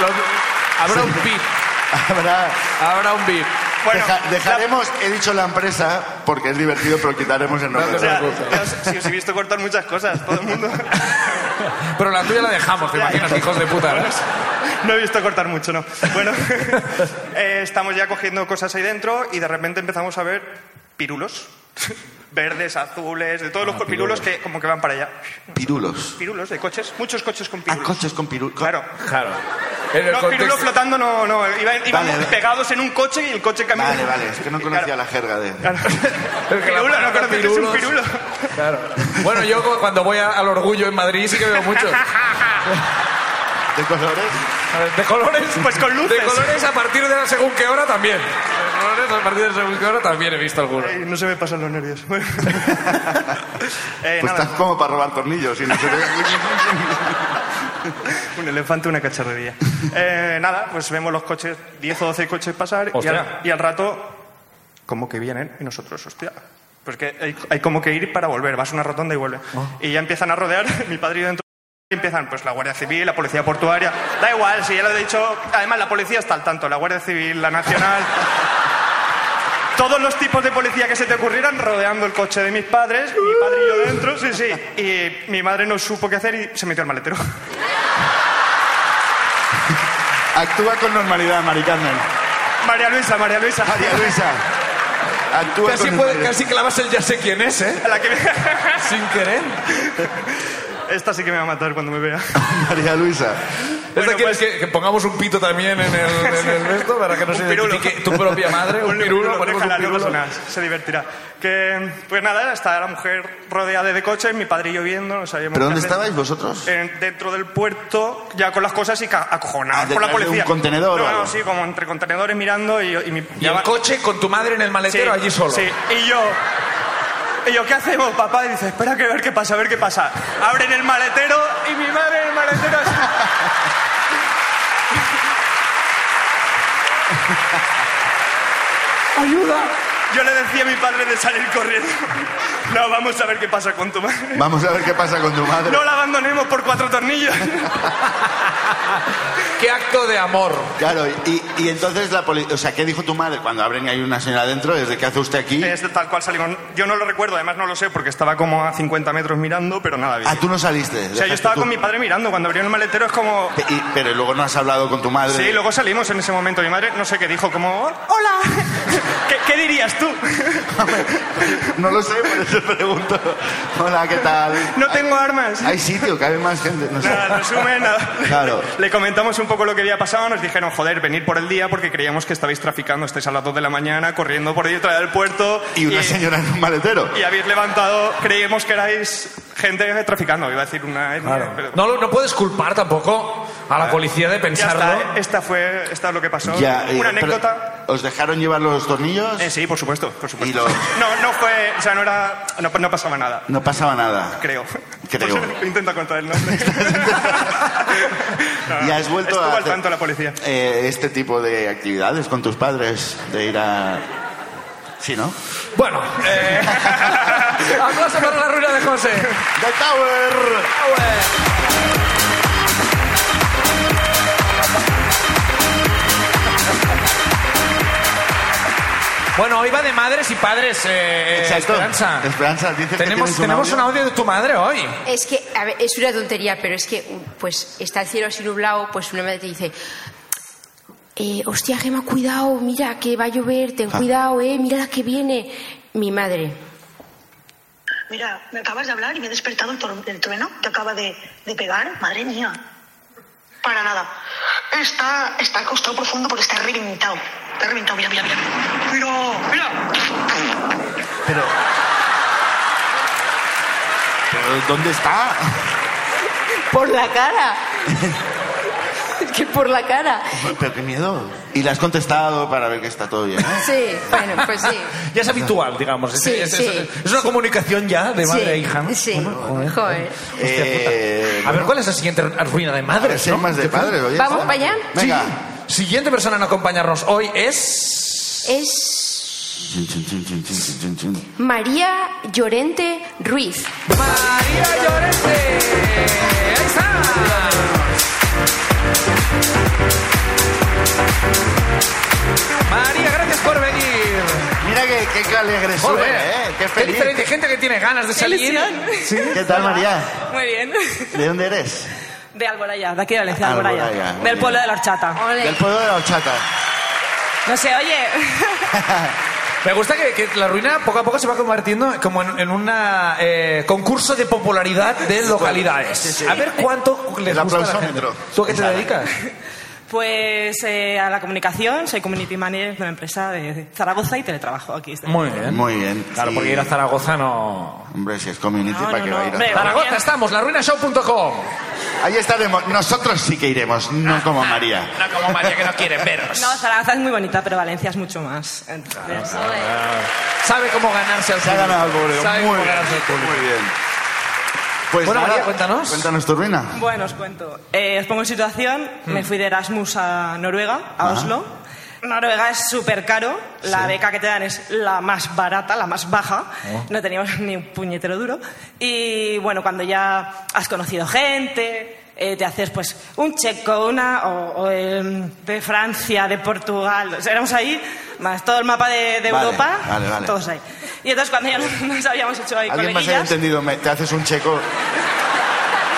Lo- Habrá un beat.
Habrá-
Habrá un beat.
Bueno,
deja- dejaremos, he dicho la empresa porque es divertido, pero quitaremos el nombre.
la- o sea, ya os- si os he visto cortar muchas cosas, todo el mundo.
Pero la tuya la dejamos, te imaginas, hijos de puta. ¿no?
No he visto cortar mucho, no. Bueno, eh, estamos ya cogiendo cosas ahí dentro y de repente empezamos a ver pirulos. Verdes, azules, de todos
Ah,
los pirulos que como que van para allá.
Pirulos.
Pirulos de coches, muchos coches con
Ah,
pirulos.
coches con pirulos.
Claro.
Claro. En el
No, pirulo
contexto-
flotando no, no. Iba- Iban
Vale, vale.
pegados en un coche y el coche caminaba.
Vale, vale, es que no
Y
conocía
claro,
la jerga de...
claro.
Es que la
Pirulo, no
palabra
conoces que es un pirulo.
pirulos- Claro. Bueno, yo cu- cuando voy a- al orgullo en Madrid sí que veo muchos.
¿De colores?
A ver, De colores.
Pues con luces.
De colores a partir de la según qué hora también. De colores a partir de la según qué hora también he visto algunos.
Ay, no se me pasan los nervios. Eh,
Pues
nada,
estás como para robar tornillos y no se ve.
un elefante, una cacharrería. Eh, nada, pues vemos los coches, 10 o 12 coches pasar y
Hostia.
al, y al rato, como que vienen y nosotros, hostia. Porque hay, hay como Pues que ir para volver, vas a una rotonda y vuelve.
Ah.
Y ya empiezan a rodear, mi padre y yo dentro. Y empiezan, pues la Guardia Civil, la Policía Portuaria. Da igual, si ya lo he dicho. Además, la policía está al tanto, la Guardia Civil, la Nacional. Todos los tipos de policía que se te ocurrieran rodeando el coche de mis padres, mi padre y yo dentro, sí, sí. Y mi madre no supo qué hacer y se metió al maletero.
Actúa con normalidad, Mari Carmen.
María Luisa, María Luisa.
María Luisa. Actúa
Casi,
con
puede,
normalidad.
casi clavas el ya sé quién es, ¿eh?
A la que me-
Sin querer.
Esta sí que me va a matar cuando me vea.
María Luisa.
¿Es
Bueno,
de quieres
pues-
que, que pongamos un pito también en el, en el resto para que no
Un
se
pirulo.
identifique tu propia madre? Un pirulo, ponemos un
déjala, no
pirulo.
pasa nada, se divertirá. Que, pues nada, está la mujer rodeada de coches, mi padre y yo viendo, no sabíamos
¿Pero
qué
dónde
hacer.
estabais vosotros?
En- dentro del puerto, ya con las cosas y ca- acojonados
Ah,
por la
detrás de
policía.
un contenedor o
No,
algo.
no, sí, como entre contenedores mirando y, yo- y mi...
Y el coche con tu madre en el maletero allí solo.
Sí, y yo... Y yo, ¿qué hacemos, papá? Y dice, espera que ver qué pasa, a ver qué pasa. Abren el maletero y mi madre en el maletero... así.
¡Ayuda!
Yo le decía a mi padre de salir corriendo. No, vamos a ver qué pasa con tu madre.
Vamos a ver qué pasa con tu madre.
No la abandonemos por cuatro tornillos.
¡Qué acto de amor!
Claro, y, y entonces la policía... O sea, ¿qué dijo tu madre cuando abren y hay una señora adentro? ¿Desde qué hace usted aquí?
Es de tal cual salimos. Yo no lo recuerdo, además no lo sé porque estaba como a 50 metros mirando, pero nada bien.
Ah, tú no saliste.
O sea, yo estaba con mi padre mirando. Cuando abrió el maletero es como...
pero luego no has hablado con tu madre.
Sí, luego salimos en ese momento. Mi madre no sé qué dijo, como... ¡Hola! ¿Qué, qué dirías tú?
No lo sé, por eso pregunto. Hola, ¿qué tal?
No tengo armas.
Hay sitio, cabe más gente. No sé.
Nada, en resumen, nada.
Claro.
Le comentamos un poco lo que había pasado, nos dijeron, joder, venir por el día porque creíamos que estabais traficando, estáis a las 2 de la mañana corriendo por detrás del puerto
Y una señora en un maletero.
y habéis levantado, creíamos que erais gente traficando, iba a decir una etnia, pero... Ah,
No, lo- no puedes culpar tampoco a la policía de
Ya
pensarlo.
está, ¿eh? esta fue esta es lo que pasó.
Ya, eh,
una
pero,
anécdota.
¿Os dejaron llevar los tornillos?
Eh, sí, por supuesto, por supuesto.
Y lo-
No, no fue, o sea, no era, no, no pasaba nada.
No pasaba nada.
Creo.
Creo.
Intenta contar el nombre. No,
¿Y has vuelto a
Estuvo al
hacer-
tanto la policía.
Eh, este tipo de actividades con tus padres, de ir a... Sí, ¿no?
Bueno, eh... aplauso para la ruina de José.
¡The Tower!
Bueno, hoy va de madres y padres, eh,
Exacto.
Esperanza.
Esperanza, dices que
Tenemos,
tienes un
tenemos un
audio.
audio de tu madre hoy.
Es que, a ver, es una tontería, pero es que, pues, está el cielo así nublado, pues una madre te dice, eh, hostia, Gema, cuidado, mira que va a llover, ten
Ah.
cuidado, eh, mira la que viene. Mi madre,
Mira, me acabas de hablar y me he despertado el, tor- el trueno que acaba de, de pegar. Madre mía. Para nada. Está, está acostado profundo porque está reventado. Está reventado, mira, mira, mira. Mira, mira.
Pero... ¿Pero dónde está?
por la cara. es que por la cara.
Pero qué miedo. Y le has contestado para ver que está todo bien, ¿no?
Sí, bueno, pues sí.
Ya es habitual, digamos. Es-
Sí,
es, es-
sí.
es una comunicación ya de madre
sí,
a hija. ¿no?
Sí,
Bueno, joder. pues.
joder.
Eh,
A ver, ¿cuál es la siguiente ruina de madres?
ser
no?
más de padres, oye.
¿Vamos para allá?
Venga.
Siguiente persona en acompañarnos hoy es...
Es
Chin, chin, chin, chin, chin, chin, chin.
María Llorente Ruiz.
María Llorente. Ahí está. María, gracias por venir.
Mira que qué, qué alegre sube,
Joder,
¿eh? Qué feliz.
diferente, gente que tiene ganas de salir.
¿Qué tal, María?
Muy bien.
¿De dónde eres?
De Alboraya, de aquí de Valencia, de Alboraya.
Alboraya, muy
Del pueblo
bien.
de la horchata.
Del pueblo de la horchata.
No sé, oye.
Me gusta que, que la ruina poco a poco se va convirtiendo como en, en un concurso de popularidad de localidades.
Sí, sí.
A ver cuánto les
El
gusta a la
aplausómetro.
gente. ¿Tú a qué te dedicas?
Pues eh, a la comunicación, soy community manager de una empresa de Zaragoza y teletrabajo aquí.
Muy bien.
Muy bien.
Claro,
sí.
porque ir a Zaragoza no...
Hombre, si es community,
No,
¿para
no,
qué
no,
va a ir a
hombre.
Zaragoza estamos, laruinashow.com.
Ahí estaremos. Nosotros sí que iremos, no como María.
No como María que no quieren veros.
No, Zaragoza es muy bonita, pero Valencia es mucho más. Entonces,
Sabe cómo ganarse al
Se ha
público.
ganado el público.
Sabe
Muy
cómo
bien.
ganarse al público.
Muy bien. Pues
Bueno,
nada,
María, cuéntanos.
Cuéntanos tu ruina. Mm.
Bueno, os cuento. Eh, os pongo en situación. Me fui de Erasmus a Noruega, a
Ajá.
Oslo. Noruega es súper caro. La beca que te dan es la más barata, la más baja.
Oh.
No teníamos ni un puñetero duro. Y bueno, cuando ya has conocido gente, eh, te haces pues un checo, una, o, o, em, de Francia, de Portugal. O sea, éramos ahí, más todo el mapa de, de
Vale,
Europa,
vale, vale.
todos ahí. Y entonces cuando ya nos, nos habíamos hecho ahí
¿Alguien más haya
coleguillas...
entendido? Me- te haces un checo. No.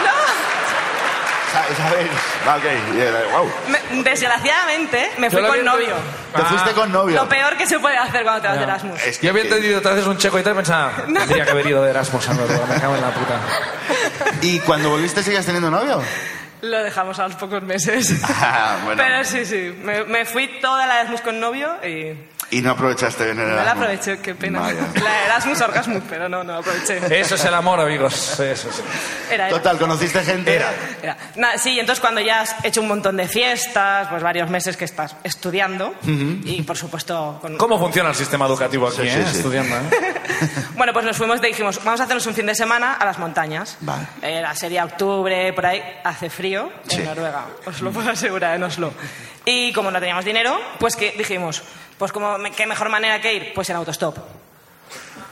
¿Sabes? Ah, ok. Yeah, wow.
me- desgraciadamente me
Yo
fui
lo
con
había
novio.
Te fuiste con novio. Eh,
Lo peor que se puede hacer cuando te vas de Erasmus.
Es que-
Yo había entendido, te haces un checo y tal, y pensaba, tendría que haber ido de Erasmus a Noruega, me cago en la puta.
¿Y cuando volviste sigues teniendo novio?
Lo dejamos a los pocos meses.
Ah, bueno.
Pero sí, sí. Me, me fui toda la Erasmus con novio y
Y no aprovechaste bien el
no la
Erasmus.
aproveché. Qué pena.
Vaya.
La Erasmus orgasmus, pero no, no la aproveché.
Eso es el amor, amigos. Eso es.
Era, era.
Total, ¿conociste gente?
Era.
era. Nada, sí, entonces cuando ya has hecho un montón de fiestas, pues varios meses que estás estudiando y por supuesto con...
Eh, ¿Cómo funciona el sistema educativo aquí,
Sí, sí,
eh?
sí.
Estudiando, ¿eh?
Bueno, pues nos fuimos y dijimos, vamos a hacernos un fin de semana a las montañas.
Vale.
Era, sería octubre, por ahí, hace frío en
Sí.
Noruega, os lo puedo asegurar, en Oslo. Y como no teníamos dinero, pues que dijimos, pues como, me- ¿qué mejor manera que ir? Pues en autostop.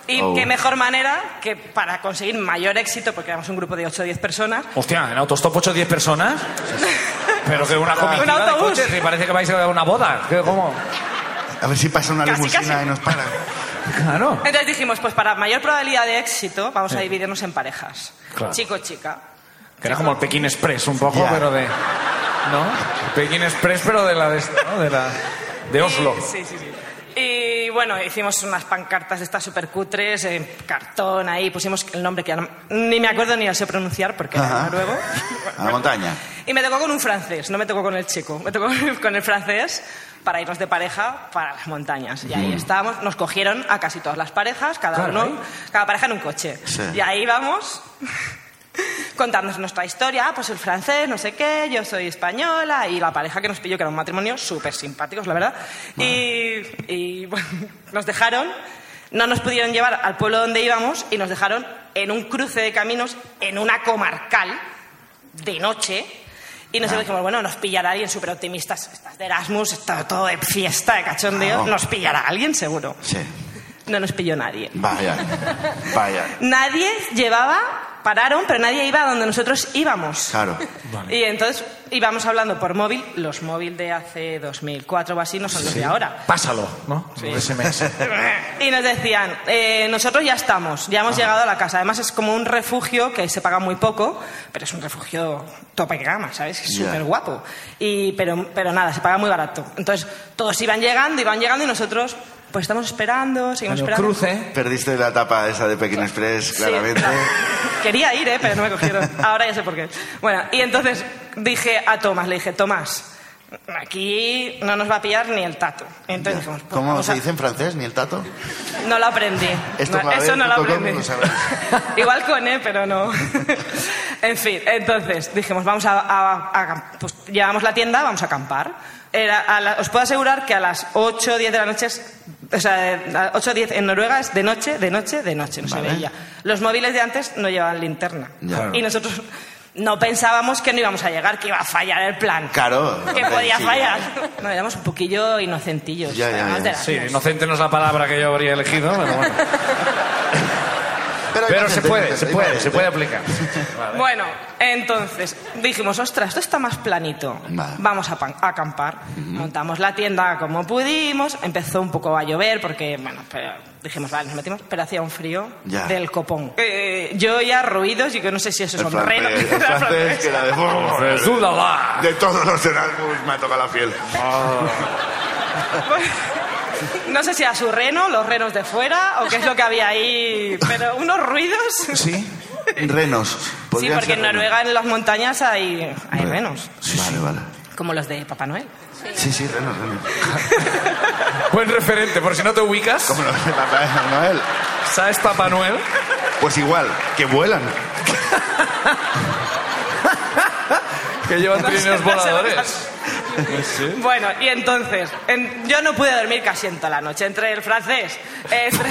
Y
Oh.
qué mejor manera que para conseguir mayor éxito, porque éramos un grupo de 8 o 10 personas,
Hostia, en autostop 8 o 10 personas. Pero que una
Un
comitiva de
autobús.
coches y parece que vais a una boda. ¿Qué, ¿Cómo?
A ver si pasa una
Casi,
limusina
casi.
y nos para.
Claro.
Entonces dijimos, pues para mayor probabilidad de éxito, vamos a dividirnos en parejas.
Claro.
Chico-chica.
Que era como el Pekín Express, un poco,
Ya.
pero de. ¿No? Pekín Express, pero de la de, esta, ¿no? de, la, de Oslo.
Sí, sí, sí. Y bueno, hicimos unas pancartas de estas supercutres, en cartón ahí, pusimos el nombre que ya no- ni me acuerdo ni lo sé pronunciar porque
Ajá.
era noruego.
A la montaña.
Y me tocó con un francés, no me tocó con el chico, me tocó con el francés para irnos de pareja para las montañas. Y ahí estábamos, nos cogieron a casi todas las parejas, cada
Claro.
uno, cada pareja en un coche.
Sí.
Y ahí vamos contándonos nuestra historia, Ah, pues el francés, no sé qué, yo soy española, y la pareja que nos pilló, que era un matrimonio súper simpáticos, la verdad, y, y, bueno, nos dejaron, no nos pudieron llevar al pueblo donde íbamos y nos dejaron en un cruce de caminos, en una comarcal, de noche. Y nosotros dijimos, bueno, nos pillará alguien súper optimistas. Estás de Erasmus, está todo de fiesta, de cachondeo.
Claro.
Nos pillará alguien seguro.
Sí.
No nos pilló nadie.
Vaya. Vaya.
Nadie llevaba, pararon, pero nadie iba a donde nosotros íbamos.
Claro.
Y entonces íbamos hablando por móvil. Los móviles de hace 2004 o así no son los de ahora.
Pásalo, ¿no? Un SMS.
Y nos decían, eh, nosotros ya estamos, ya hemos llegado a la casa. Además es como un refugio que se paga muy poco, pero es un refugio tope de gama, ¿sabes? Es
Ya.
súper guapo. Y, pero, pero nada, se paga muy barato. Entonces todos iban llegando, iban llegando y nosotros pues estamos esperando, seguimos
En el
esperando.
cruce.
Perdiste la etapa esa de Pekín Express,
Sí.
claramente.
Quería ir, ¿eh? pero no me cogieron. Ahora ya sé por qué. Bueno, y entonces dije a Tomás, le dije, Tomás, aquí no nos va a pillar ni el tato. Entonces
Ya.
dijimos, pues,
¿Cómo
vamos
se
a-
dice en francés? ¿Ni el tato?
No lo aprendí.
Esto
No,
va a
eso
ver,
no lo
punto com,
aprendí.
lo sabrás.
Igual con E, pero no. en fin, entonces dijimos, vamos a, a- a- pues, llevamos la tienda, vamos a acampar. Era a la- os puedo asegurar que a las 8 o 10 de la noche, es- o sea, a 8 o 10 en Noruega es de noche, de noche, de noche, no
Vale.
se veía. Los móviles de antes no llevaban linterna.
Ya. Claro.
Y nosotros no pensábamos que no íbamos a llegar, que iba a fallar el plan.
Claro.
Que
hombre,
podía
sí.
fallar. No, éramos un poquillo inocentillos.
Ya, ya,
además
ya.
de las-
Sí, inocente no es la palabra que yo habría elegido, pero bueno.
Pero hay
Pero
más
se
gente, hay
puede,
más
se
gente, hay
puede,
más
se
gente.
puede aplicar. Vale.
Bueno, entonces dijimos, ostras, esto está más planito.
Vale.
Vamos a, pan- a acampar. Montamos la tienda como pudimos. Empezó un poco a llover porque, bueno, pero dijimos, vale, nos metimos, pero hacía un frío
Ya.
del copón. Eh, yo ya ruidos y que no sé si eso
El
son
francés,
renos.
el francés que la de...
Zúdala.
De todos los Erasmus me ha tocado la piel.
Ah. No sé si a su reno, los renos de fuera, o qué es lo que había ahí, pero unos ruidos. Sí,
¿Sí? Renos. Podrían
porque
ser
en
renos.
Noruega en las montañas hay, hay
Re-
renos,
vale, vale.
como los de Papá Noel.
Sí, sí, renos, renos.
Buen referente, por si no te ubicas.
Como los de Papá Noel.
¿Sabes Papá Noel?
Pues igual, que vuelan.
Que llevan
No sé,
trineos
no sé, no
voladores. Pues
sé. Bueno, y entonces, en- yo no pude dormir casi en toda la noche, entre el francés, entre...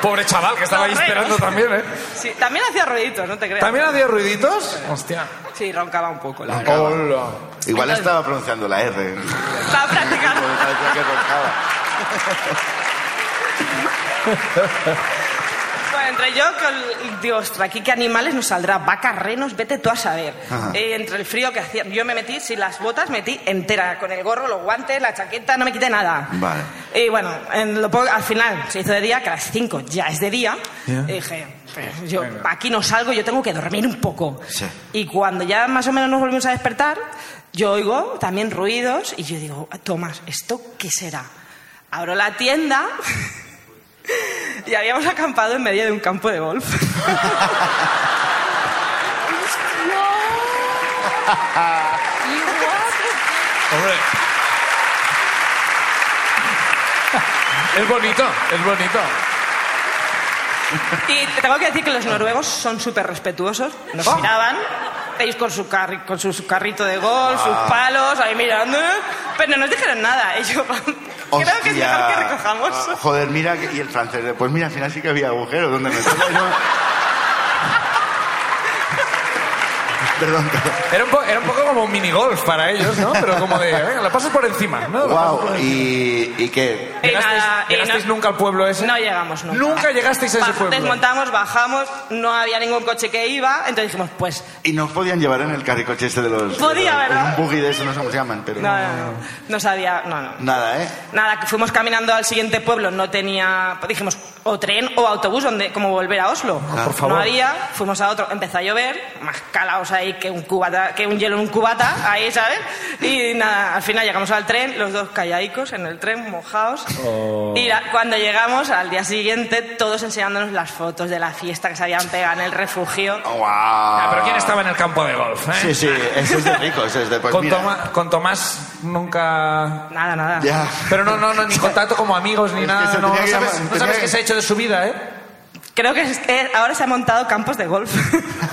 Pobre chaval, que estaba ahí
Los renos.
esperando también, ¿eh?
Sí, también hacía ruiditos, no te creas.
¿También hacía ruiditos? Hostia.
Sí, roncaba un poco, la verdad.
Hola.
Igual estaba pronunciando la R.
Estaba practicando.
Parecía que roncaba.
Bueno, entre yo, con, digo, ostras, aquí qué animales nos saldrá, vacas, renos, vete tú a saber.
Ajá.
Eh, entre el frío que hacía, yo me metí, sin las botas, metí entera, con el gorro, los guantes, la chaqueta, no me quité nada.
Vale.
Y bueno, en lo po- al final se hizo de día, que a las 5 ya es de día, y dije, pues, yo aquí no salgo, yo tengo que dormir un poco.
Sí.
Y cuando ya más o menos nos volvimos a despertar, yo oigo también ruidos y yo digo, Tomás, ¿esto qué será? Abro la tienda y habíamos acampado en medio de un campo de golf.
Hombre. Es bonito, es bonito.
Y tengo que decir que los noruegos son súper respetuosos, nos
Oh.
miraban, ellos con su, carri- con su, su carrito de golf,
Ah.
sus palos, ahí mirando, pero no nos dijeron nada. Y yo, creo que es
Hostia.
mejor que recojamos.
Ah, joder, mira, que- y el francés. de, Pues mira, al final sí que había agujeros donde me toca y no- Perdón, perdón.
Era un, po- era un poco como un minigolf para ellos, ¿no? Pero como de, venga, la pasas por encima, ¿no? La pasas
Wow,
por-
y, y qué.
Y
¿Llegasteis,
nada, y
llegasteis
no-
nunca al pueblo ese?
No llegamos nunca.
Nunca llegasteis a ese
Baj-
pueblo.
Desmontamos, bajamos, no había ningún coche que iba, entonces dijimos, pues
Y nos podían llevar en el carricoche este de los.
Podía,
de los-
¿verdad?
Un buggy de eso, no sé cómo se llaman, pero.
no, no, no, no sabía, no, no.
Nada, ¿eh?
Nada, que fuimos caminando al siguiente pueblo, no tenía, pues dijimos, o tren o autobús, donde, como volver a Oslo.
Ah, por favor.
No había, fuimos a otro, empezó a llover, más calaos ahí que un cubata, que un hielo en un cubata, ahí, ¿sabes? Y nada, al final llegamos al tren, los dos callaicos en el tren, mojados.
Oh.
Y la- cuando llegamos, al día siguiente, todos enseñándonos las fotos de la fiesta que se habían pegado en el refugio.
¡Wow!
Ah, pero ¿quién estaba en el campo de golf? eh?
Sí, sí, eso es de rico, eso es de. Pues
con,
mira.
Toma- con Tomás nunca...
Nada, nada.
Ya.
Pero no, no, no, ni contacto como amigos, ni
Es que
nada.
se
No,
tenía
no
que
sabes,
llamar,
no sabes
tenía
qué
que-
se ha hecho de su vida, ¿eh?
Creo que es- eh, ahora se han montado campos de golf.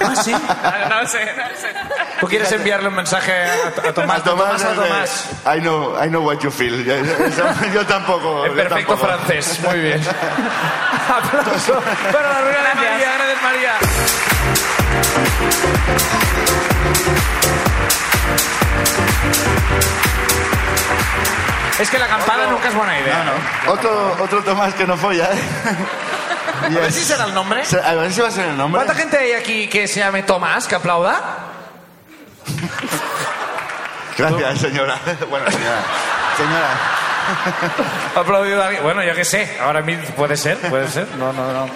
Ah, sí.
no sé, no sé.
¿Tú quieres enviarle un mensaje a, a Tomás?
A Tomás,
a
es de,
Tomás.
I know, I know what you feel. Yo, yo- yo tampoco.
En
yo
perfecto
tampoco.
francés, muy bien. Aplauso para la rueda de María, gracias María. Es que la acampada nunca es buena idea.
No, no. Otro, otro Tomás que no folla, ¿eh? Yes.
A ver si será el nombre.
Se- A ver si va a ser el nombre.
¿Cuánta gente hay aquí que se llame Tomás, que aplauda?
Gracias, señora. Bueno, señora. Señora.
¿Ha aplaudido alguien? Bueno, yo qué sé. Ahora mismo puede ser, puede ser. No, no, no.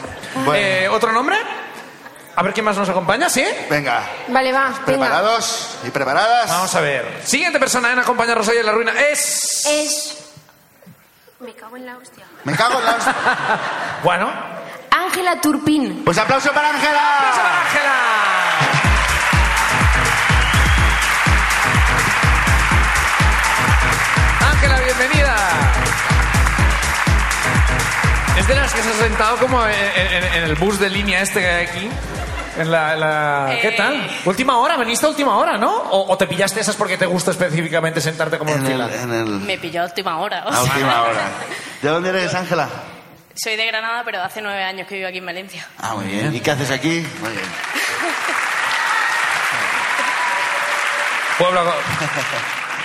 Bueno.
Eh, ¿Otro nombre? A ver quién más nos acompaña, ¿sí?
Venga.
Vale, va, venga.
¿Preparados y preparadas?
Vamos a ver. Siguiente persona en acompañarnos hoy en la ruina es...
Es... Me cago en la hostia.
Me cago en la...
Bueno.
Ángela Turpín.
Pues aplauso para
¡Aplauso
Ángela.
para Ángela! Ángela, bienvenida. Es de las que se ha sentado como en, en- en el bus de línea este que hay aquí. En la, en la- ¿Qué
Eh.
tal? Última hora, veniste a última hora, ¿no? ¿O, o te pillaste esas porque te gusta específicamente sentarte como en
En el,
fila?
en el...
Me pilló a última hora. o
A
sea.
última hora. ¿De dónde eres, Ángela?
Soy de Granada, pero hace nueve años que vivo aquí en Valencia.
Ah, muy bien. ¿Y qué haces aquí? Muy bien.
Pueblo,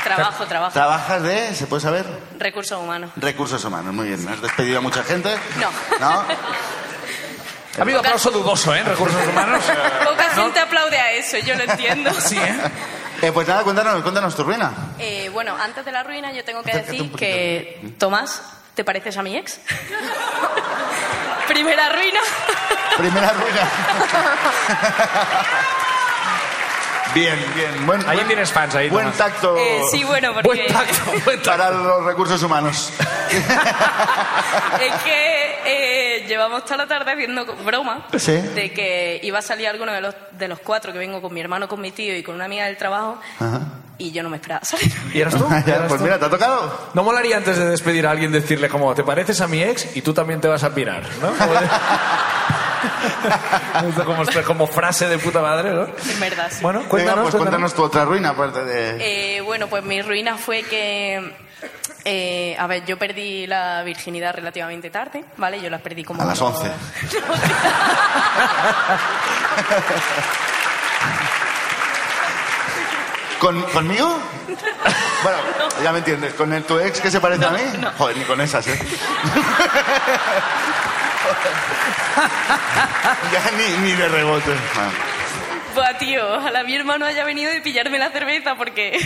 Trabajo, trabajo.
¿Trabajas de, se puede saber,
Recursos humanos.
Ah, recursos humanos? Muy bien. ¿Has despedido a mucha gente?
No.
¿No?
Ha habido aplauso dudoso, ¿eh? En recursos humanos.
Poca
No-
gente aplaude a eso, yo lo entiendo.
Sí, ¿eh?
Eh, pues nada, cuéntanos, cuéntanos tu ruina.
Eh, bueno, antes de la ruina yo tengo que
Acércate un
decir
poquito.
que, Tomás, ¿te pareces a mi ex? Primera ruina.
Primera ruina. bien, bien. Buen,
Ahí tienes fans, ahí.
buen
Tomás.
tacto
Eh, sí, bueno,
Buen
porque
tacto, buen tacto.
para los recursos humanos.
es que eh, llevamos toda la tarde haciendo co- broma
Sí.
de que iba a salir alguno de los, de los cuatro que vengo con mi hermano, con mi tío y con una amiga del trabajo y yo no me esperaba salir.
¿Y eras tú? ¿Y
Ya,
eras
pues
tú?
mira, ¿te ha tocado?
No molaría antes de despedir a alguien decirle como, te pareces a mi ex y tú también te vas a mirar, ¿no? Como- Esto como, como frase de puta madre, ¿no?
En verdad, sí.
Bueno,
Venga,
cuéntanos,
pues cuéntanos tu otra ruina, aparte de...
Eh, bueno, pues mi ruina fue que. eh, a ver, yo perdí la virginidad relativamente tarde, ¿vale? Yo las perdí como.
A las 11. ¿Con, ¿Conmigo? Bueno, ya me entiendes. ¿Con el, tu ex que se parece a mí? Joder, ni con esas, ¿eh? ya ni, ni de rebote. Ah.
Buah, tío, ojalá mi hermano haya venido de pillarme la cerveza porque.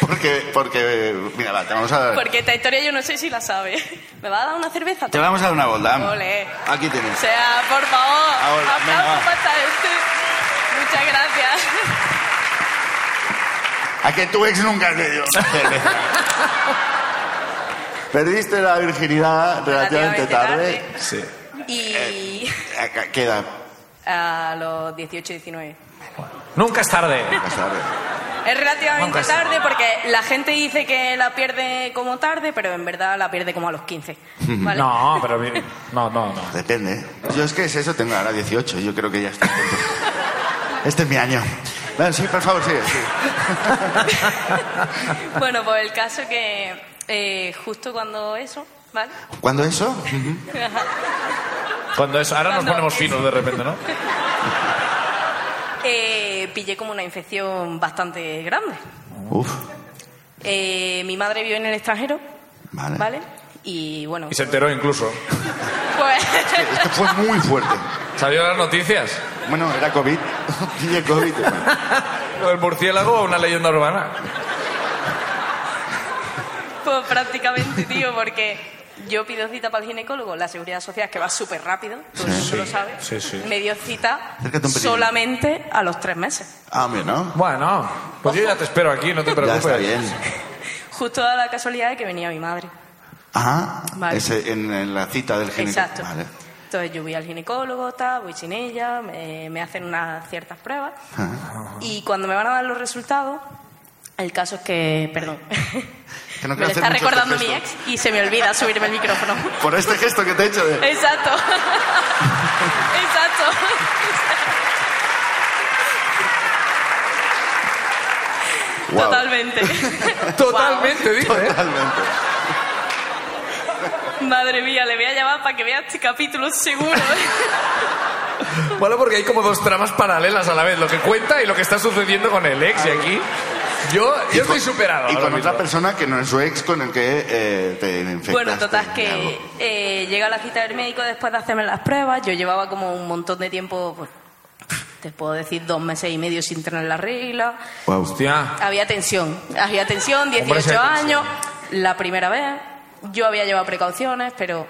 Porque, porque, mira, va, te vamos a dar...
Porque esta historia yo no sé si la sabe. ¿Me va a dar una cerveza?
Te vamos a dar una vuelta. vamos.
Ole.
Aquí
O
tienes.
sea, por favor,
Ahora, venga,
aplauso
va.
para esta gente. Muchas gracias.
A que tu ex nunca te dio. Perdiste la virginidad relativamente
Relativamente
tarde.
tarde.
Sí.
Y.
Acá Queda.
A los 18, 19.
Nunca es tarde.
más tarde.
Es
Nunca
relativamente
es-
tarde porque la gente dice que la pierde como tarde, pero en verdad la pierde como a los 15. ¿vale?
No, pero... bien- No, no, no.
Depende. ¿eh? Yo es que es eso, tengo ahora 18. Yo creo que ya está. Este es mi año. Bueno, sí, por favor, sigue. sigue.
Bueno, pues el caso que eh, justo cuando eso, ¿vale?
¿Cuándo eso?
Cuando eso... Ahora nos
Cuando
ponemos
es-
finos de repente, ¿no?
Eh, pillé como una infección bastante grande.
Uf.
Eh, mi madre vive en el extranjero,
Vale.
¿vale? Y bueno,
Y se enteró incluso.
pues
Esto fue muy fuerte.
¿Salió en las noticias?
Bueno, era COVID. Pille COVID.
¿Lo del murciélago o una leyenda urbana?
Pues prácticamente, tío, porque yo pido cita para el ginecólogo, la seguridad social, que va súper rápido, todo el mundo lo sabe,
sí, sí.
me dio cita
Acércate un pelín.
solamente a los tres meses.
Ah, hombre, ¿no?
Bueno, pues yo ya te espero aquí, no te
Ya
preocupes.
está bien.
Justo a la casualidad de que venía mi madre.
Ah,
Vale.
ese- en, en la cita del ginecólogo.
Exacto.
Vale.
Entonces yo voy al ginecólogo, tal, voy sin ella, me, me hacen unas ciertas pruebas
Ah.
y cuando me van a dar los resultados, el caso es que, perdón,
Que no quiero
me lo
hacer
está
mucho
recordando mi
este
ex y se me olvida subirme el micrófono.
Por este gesto que te he hecho de...
Exacto. Exacto.
Wow.
Totalmente.
Totalmente, dice. ¿eh?
Totalmente.
Wow. Madre mía, le voy a llamar para que vea este capítulo seguro.
Bueno, porque hay como dos tramas paralelas a la vez, lo que cuenta y lo que está sucediendo con el ex y aquí. Yo, yo estoy superado.
Y
ahora
con otra
mismo.
persona que no es su ex con el que eh, te infectaste.
Bueno,
Este,
total que
Algo.
eh, llega la cita del médico después de hacerme las pruebas. Yo llevaba como un montón de tiempo, pues, te puedo decir dos meses y medio sin tener la regla.
Guau.
Hostia.
Había tensión, había tensión,
Hombre,
18
sí hay tensión.
años, la primera vez. Yo había llevado precauciones, pero,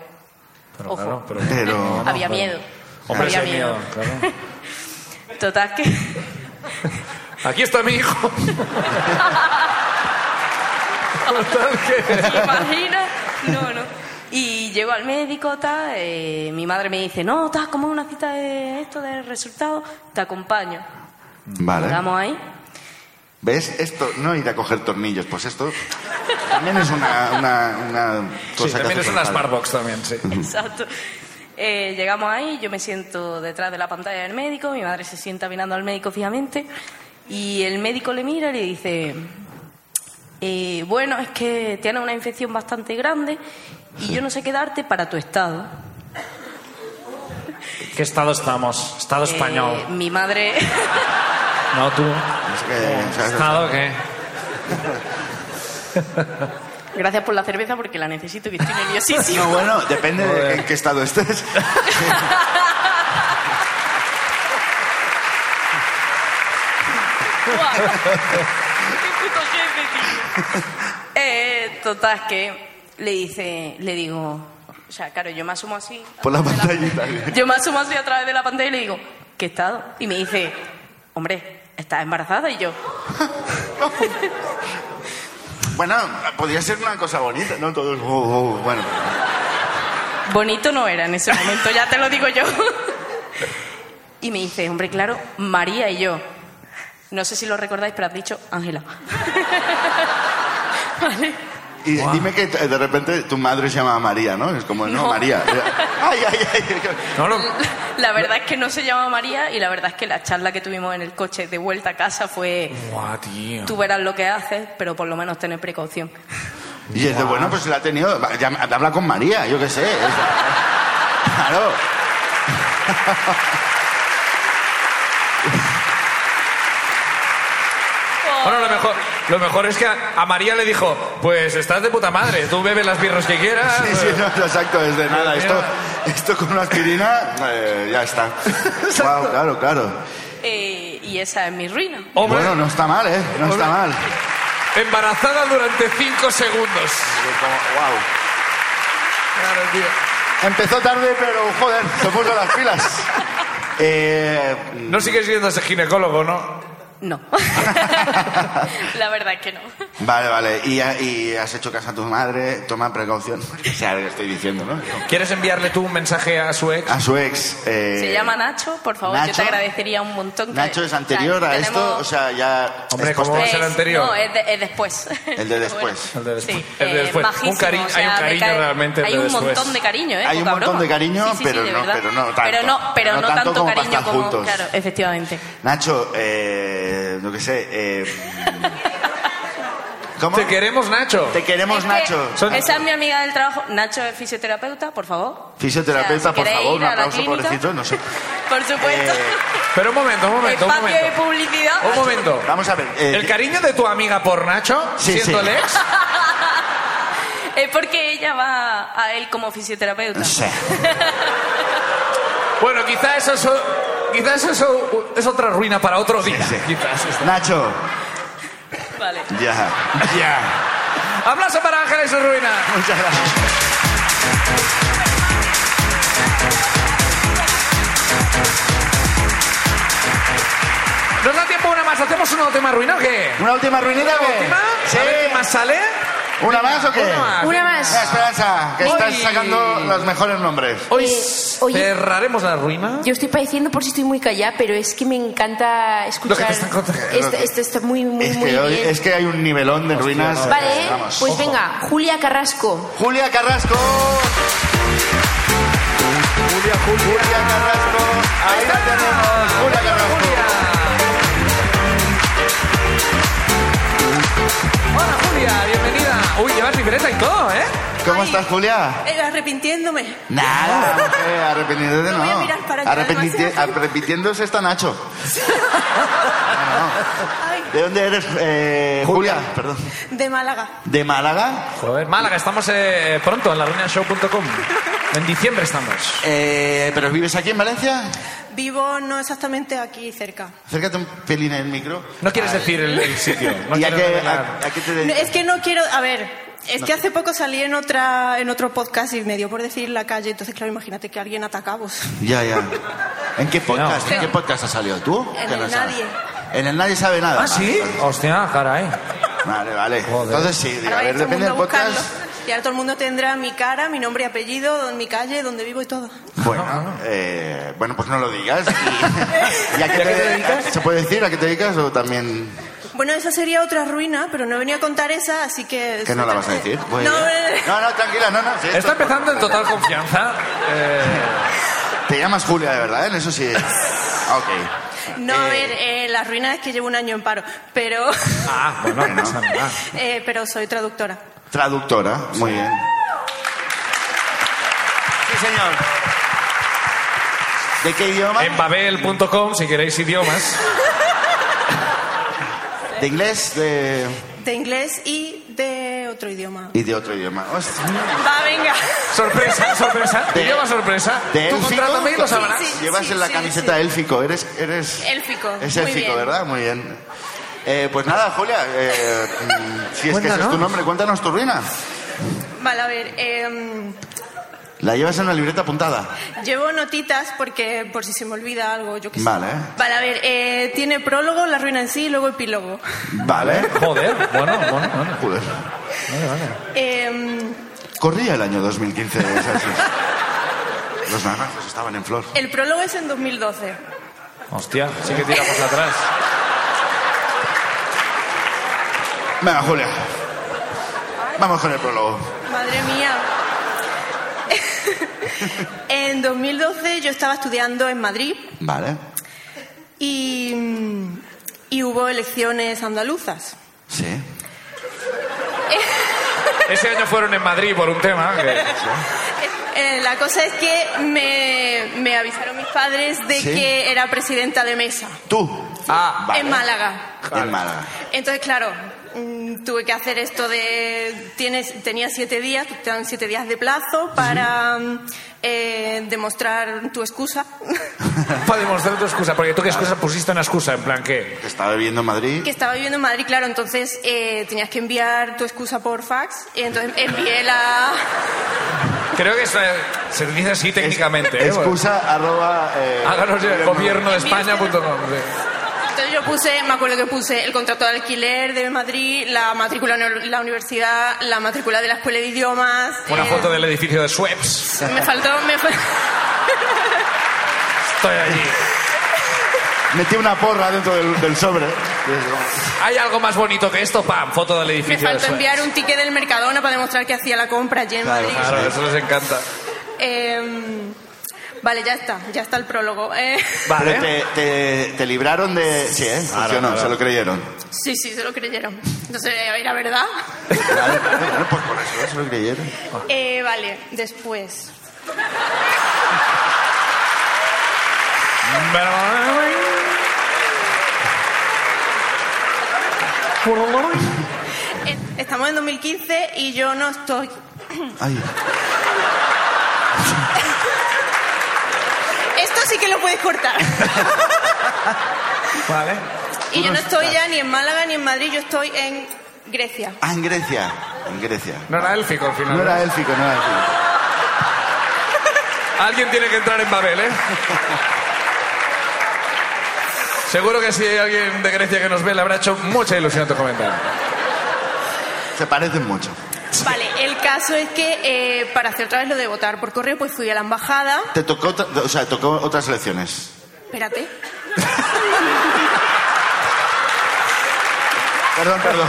Pero
Ojo.
claro, pero-
Pero...
había miedo.
Hombre, sí
había
hay miedo, claro.
Total que
Aquí está mi hijo. Total que-
¿Te imaginas? No, no. Y llego al médico, ta, eh, mi madre me dice, no, ta, como una cita de esto, de resultado, te acompaño.
Vale.
Llegamos ahí.
¿Ves? Esto, no ir a coger tornillos, pues esto también es una, una, una cosa
Sí, también
que
es
hace
una
falta.
Smartbox también, sí.
Exacto. Eh, llegamos ahí, yo me siento detrás de la pantalla del médico, mi madre se sienta mirando al médico fijamente y el médico le mira y le dice, eh, bueno, es que tiene una infección bastante grande y yo no sé qué darte para tu estado.
¿Qué estado estamos? Estado
Eh,
español.
mi madre...
No, tú.
Es que, ¿sabes?
¿Estado qué?
Gracias por la cerveza porque la necesito, que estoy nerviosísima.
No, bueno, depende de en qué estado estés.
Guau. ¡Qué puto jefe, tío! Eh, total, que le dice, le digo, o sea, claro, yo me asumo así.
Por la pantallita.
Yo me asumo así a través de la pantalla y le digo, ¿qué estado? Y me dice, hombre, ¿estás embarazada? Y yo,
Bueno, podría ser una cosa bonita, ¿no? Todos, oh, oh, bueno.
bonito no era en ese momento, ya te lo digo yo. Y me dice, hombre, claro, María y yo. No sé si lo recordáis, pero has dicho Ángela. ¿Vale?
Y dime que eh, de repente tu madre se llama María, ¿no? Es como, no,
No.
María. Eh, Ay, ay, ay.
No, lo-
La verdad es que no se llama María y la verdad es que la charla que tuvimos en el coche de vuelta a casa fue
Guau, tío.
tú verás lo que haces, pero por lo menos tener precaución.
Y es de, bueno, pues la ha tenido. va, ya- habla con María, yo qué sé. Es- claro.
Bueno, lo mejor, lo mejor es que a, a María le dijo, pues estás de puta madre, tú bebe las birras que quieras.
Sí, sí, no, exacto, es
Ah,
de nada. Esto, esto con una aspirina, eh, ya está. Wow, claro, claro.
Eh, y esa es mi ruina.
Hombre,
Bueno, no está mal, ¿eh? No está mal.
embarazada durante cinco segundos.
wow. Empezó tarde, pero joder, se puso las pilas. Eh,
No sigues siendo ese ginecólogo, ¿no?
No. la verdad es que no.
vale, vale. Y, y has hecho caso a tu madre, toma precaución. O sea, lo que estoy diciendo, ¿no?
¿Quieres enviarle tú un mensaje a su ex?
A su ex. eh,
Se llama Nacho, por favor, yo
Nacho.
te agradecería un montón. que-
Nacho es anterior a
Tenemos-
esto, o sea, ya.
Hombre,
es
¿cómo
posterior.
va a ser
Es-
anterior?
No, es, de- es después.
El de después.
El de después.
Sí,
El de
eh,
después. Un
majísimo,
cari-
o sea,
hay un
me
cariño realmente el
Hay
de
un
después.
montón de cariño, ¿eh?
Hay un
poca
montón
broma.
de cariño,
Sí, sí, sí,
pero
de
no-
verdad.
pero no tanto.
Pero no, pero
No
no
tanto
tanto,
como para
cariño
estar
como.
juntos.
Claro, efectivamente.
Nacho, eh, no que sé. Eh, ¿Cómo?
Te queremos, Nacho.
Te queremos,
Es que
Nacho.
Son-
Esa es mi amiga del trabajo. Nacho es fisioterapeuta, por favor. O
Fisioterapeuta,
sea, si
por
queréis
favor,
ir
un
a la
aplauso,
clínica.
pobrecito. No sé.
Por supuesto.
Eh,
Pero un momento, un momento, un
Espacio de
momento.
publicidad.
Un momento.
Vamos a ver. eh,
El cariño de tu amiga por Nacho,
Sí, sí.
siendo el ex.
Es porque ella va a él como fisioterapeuta.
no sé.
Bueno, quizá eso es, o- quizá eso es, o- es otra ruina para otro día.
sí.
Quizás esto.
Nacho,
Vale.
ya. Ya.
Aplauso para Ángela y su ruina.
Muchas gracias.
¿Nos da tiempo una más? ¿Hacemos una última ruina o qué?
¿Una última ruinera?
¿Una
o qué?
última?
Sí.
A ver qué más sale.
¿Una más o qué?
Una más.
Una más.
Mira, Esperanza, que
Hoy-
estás sacando los mejores nombres.
Hoy
Eh, oye.
cerraremos la ruina.
Yo estoy padeciendo por si estoy muy callada, pero es que me encanta escuchar.
Lo que te están contando.
Esto, esto está muy, muy,
es,
muy
que hoy-
bien.
es que hay un nivelón de ruinas.
Vale,
Vamos.
pues venga, Julia Carrasco.
Julia Carrasco. Julia, Julia. Carrasco. Ahí la tenemos. Julia Carrasco.
Hola Julia, bienvenida. Uy, llevas libreta y todo, ¿eh?
¿Cómo estás, Julia?
Eh, arrepintiéndome.
Nada, mujer, arrepentiéndote
No
no.
voy a mirar para allá,
Arrepinti-
demasiado.
arrepintiéndose está Nacho. No, no. ¿De dónde eres, eh, Julia? Perdón.
De Málaga.
¿De Málaga?
Joder, Málaga, estamos eh, pronto en la ruinashow.com. En diciembre estamos.
Eh, ¿Pero vives aquí en Valencia?
Vivo no exactamente aquí cerca.
Acércate un pelín el micro.
No quieres decir el, el sitio. No
¿Y a
quieres
qué,
revelar.
a- a qué te
No,
dedicas?
es que no quiero, a ver, es que hace poco salí en otra en otro podcast y me dio por decir la calle, entonces claro, imagínate que alguien atacamos.
Ya, ya. ¿En qué podcast?
No.
¿En qué podcast has salido tú?
En
Que
el
sabes.
Nadie.
En el Nadie sabe nada.
Ah, sí. Hostia, caray.
Vale, vale.
Joder.
Entonces sí,
Ahora
a
va
ver,
todo el
depende del
mundo a
podcast.
buscarlo. Y ahora todo el mundo tendrá mi cara, mi nombre y apellido, mi calle, donde vivo y todo.
Bueno, eh, bueno, pues no lo digas. ¿Y, ¿Y a qué
¿Y a
te,
qué te dedicas?
¿Se puede decir a qué te dedicas o también...?
Bueno, esa sería otra ruina, pero no venía a contar esa, así que...
que no la vas a decir? Muy
No, eh.
bien. no, no, tranquila, no, no. sí, esto-
Está empezando en total confianza. Eh,
Te llamas Julia, de verdad, ¿eh? en eso sí. Ok.
no, a ver, eh, la ruina es que llevo un año en paro, pero...
ah, bueno, no pasa nada.
eh, pero soy traductora.
Traductora, muy bien. Sí, señor. ¿De qué idioma?
En babel.com, si queréis idiomas.
¿De inglés? ¿De...?
De inglés y de
de otro idioma.
Y de otro idioma. Hostia.
Va, venga.
Sorpresa, sorpresa.
De-
Lleva sorpresa.
de
Tú
élfico.
contrátame y lo sabrás.
Llevas en la camiseta élfico, eres, eres...
Élfico,
Es
muy
élfico,
bien.
¿verdad? Muy bien. Eh, pues nada, Julia, eh, mm, si es que ese es
Cuéntanos.
tu nombre, cuéntanos tu ruina.
Vale, a ver, em,
La llevas en la libreta apuntada.
llevo notitas porque por si se me olvida algo, yo qué sé.
Vale,
Vale, a ver, eh, tiene prólogo, la ruina en sí y luego epílogo.
vale.
Joder, bueno, bueno, bueno.
Joder.
Em,
Corría el año 2015. esas- Los naranjos estaban en flor.
el prólogo es en 2012.
Hostia, sí que tiramos atrás.
Venga, Julia. Vamos con el prólogo.
Madre mía. en 2012 yo estaba estudiando en Madrid
Vale.
y, mm, y hubo elecciones andaluzas.
Sí.
Ese año fueron en Madrid por un tema. que-
Eh, la cosa es que me, me avisaron mis padres de
Sí.
que era presidenta de mesa
Tú.
Ah,
Vale.
en Málaga.
En Málaga.
Entonces, claro, mm, tuve que hacer esto de... Tienes, tenía siete días, te dan siete días de plazo para mm, eh, demostrar tu excusa.
para demostrar tu excusa. Porque tú qué excusa pusiste una excusa, en plan que...
Que estaba viviendo en Madrid.
que estaba viviendo en Madrid, claro, entonces eh, tenías que enviar tu excusa por fax y entonces envié la...
Creo que se, se dice así técnicamente. ¿eh?
Excusa arroba... eh,
Háganos el gobierno de España.com.
Entonces yo puse, me acuerdo que puse el contrato de alquiler de Madrid, la matrícula en la universidad, la matrícula de la escuela de idiomas...
Una
eh,
foto del edificio de Schweppes.
Me faltó... Me fal-
Estoy allí.
Metí una porra dentro del, del sobre.
¿Hay algo más bonito que esto? Pam, foto del
Me
edificio de
faltó
Schweppes.
enviar un ticket del Mercadona para demostrar que hacía la compra allí en
Claro,
Madrid.
Claro, eso les encanta.
Eh, vale, ya está, ya está el prólogo. Eh,
Pero te, te- te libraron de... Sí, ¿eh? Funcionó, se lo creyeron.
sí, sí, se lo creyeron. Entonces era verdad.
Claro, claro, claro, pues por eso se lo creyeron.
Eh, vale, después. Eh, Estamos en 2015 y yo no estoy.
Ay.
Esto sí que lo puedes cortar.
Vale.
Y yo no estoy ya ni en Málaga ni en Madrid, yo estoy en Grecia.
Ah, en Grecia. En Grecia.
No era élfico al final. ¿eh?
No era élfico, no era élfico.
Alguien tiene que entrar en Babel, ¿eh? Seguro que si hay alguien de Grecia que nos ve, le habrá hecho mucha ilusión tu comentario.
Se parecen mucho.
Vale, el caso es que eh, para hacer otra vez lo de votar por correo, pues fui a la embajada.
Te tocó, otra- o sea, tocó otras elecciones.
Espérate.
Perdón, perdón.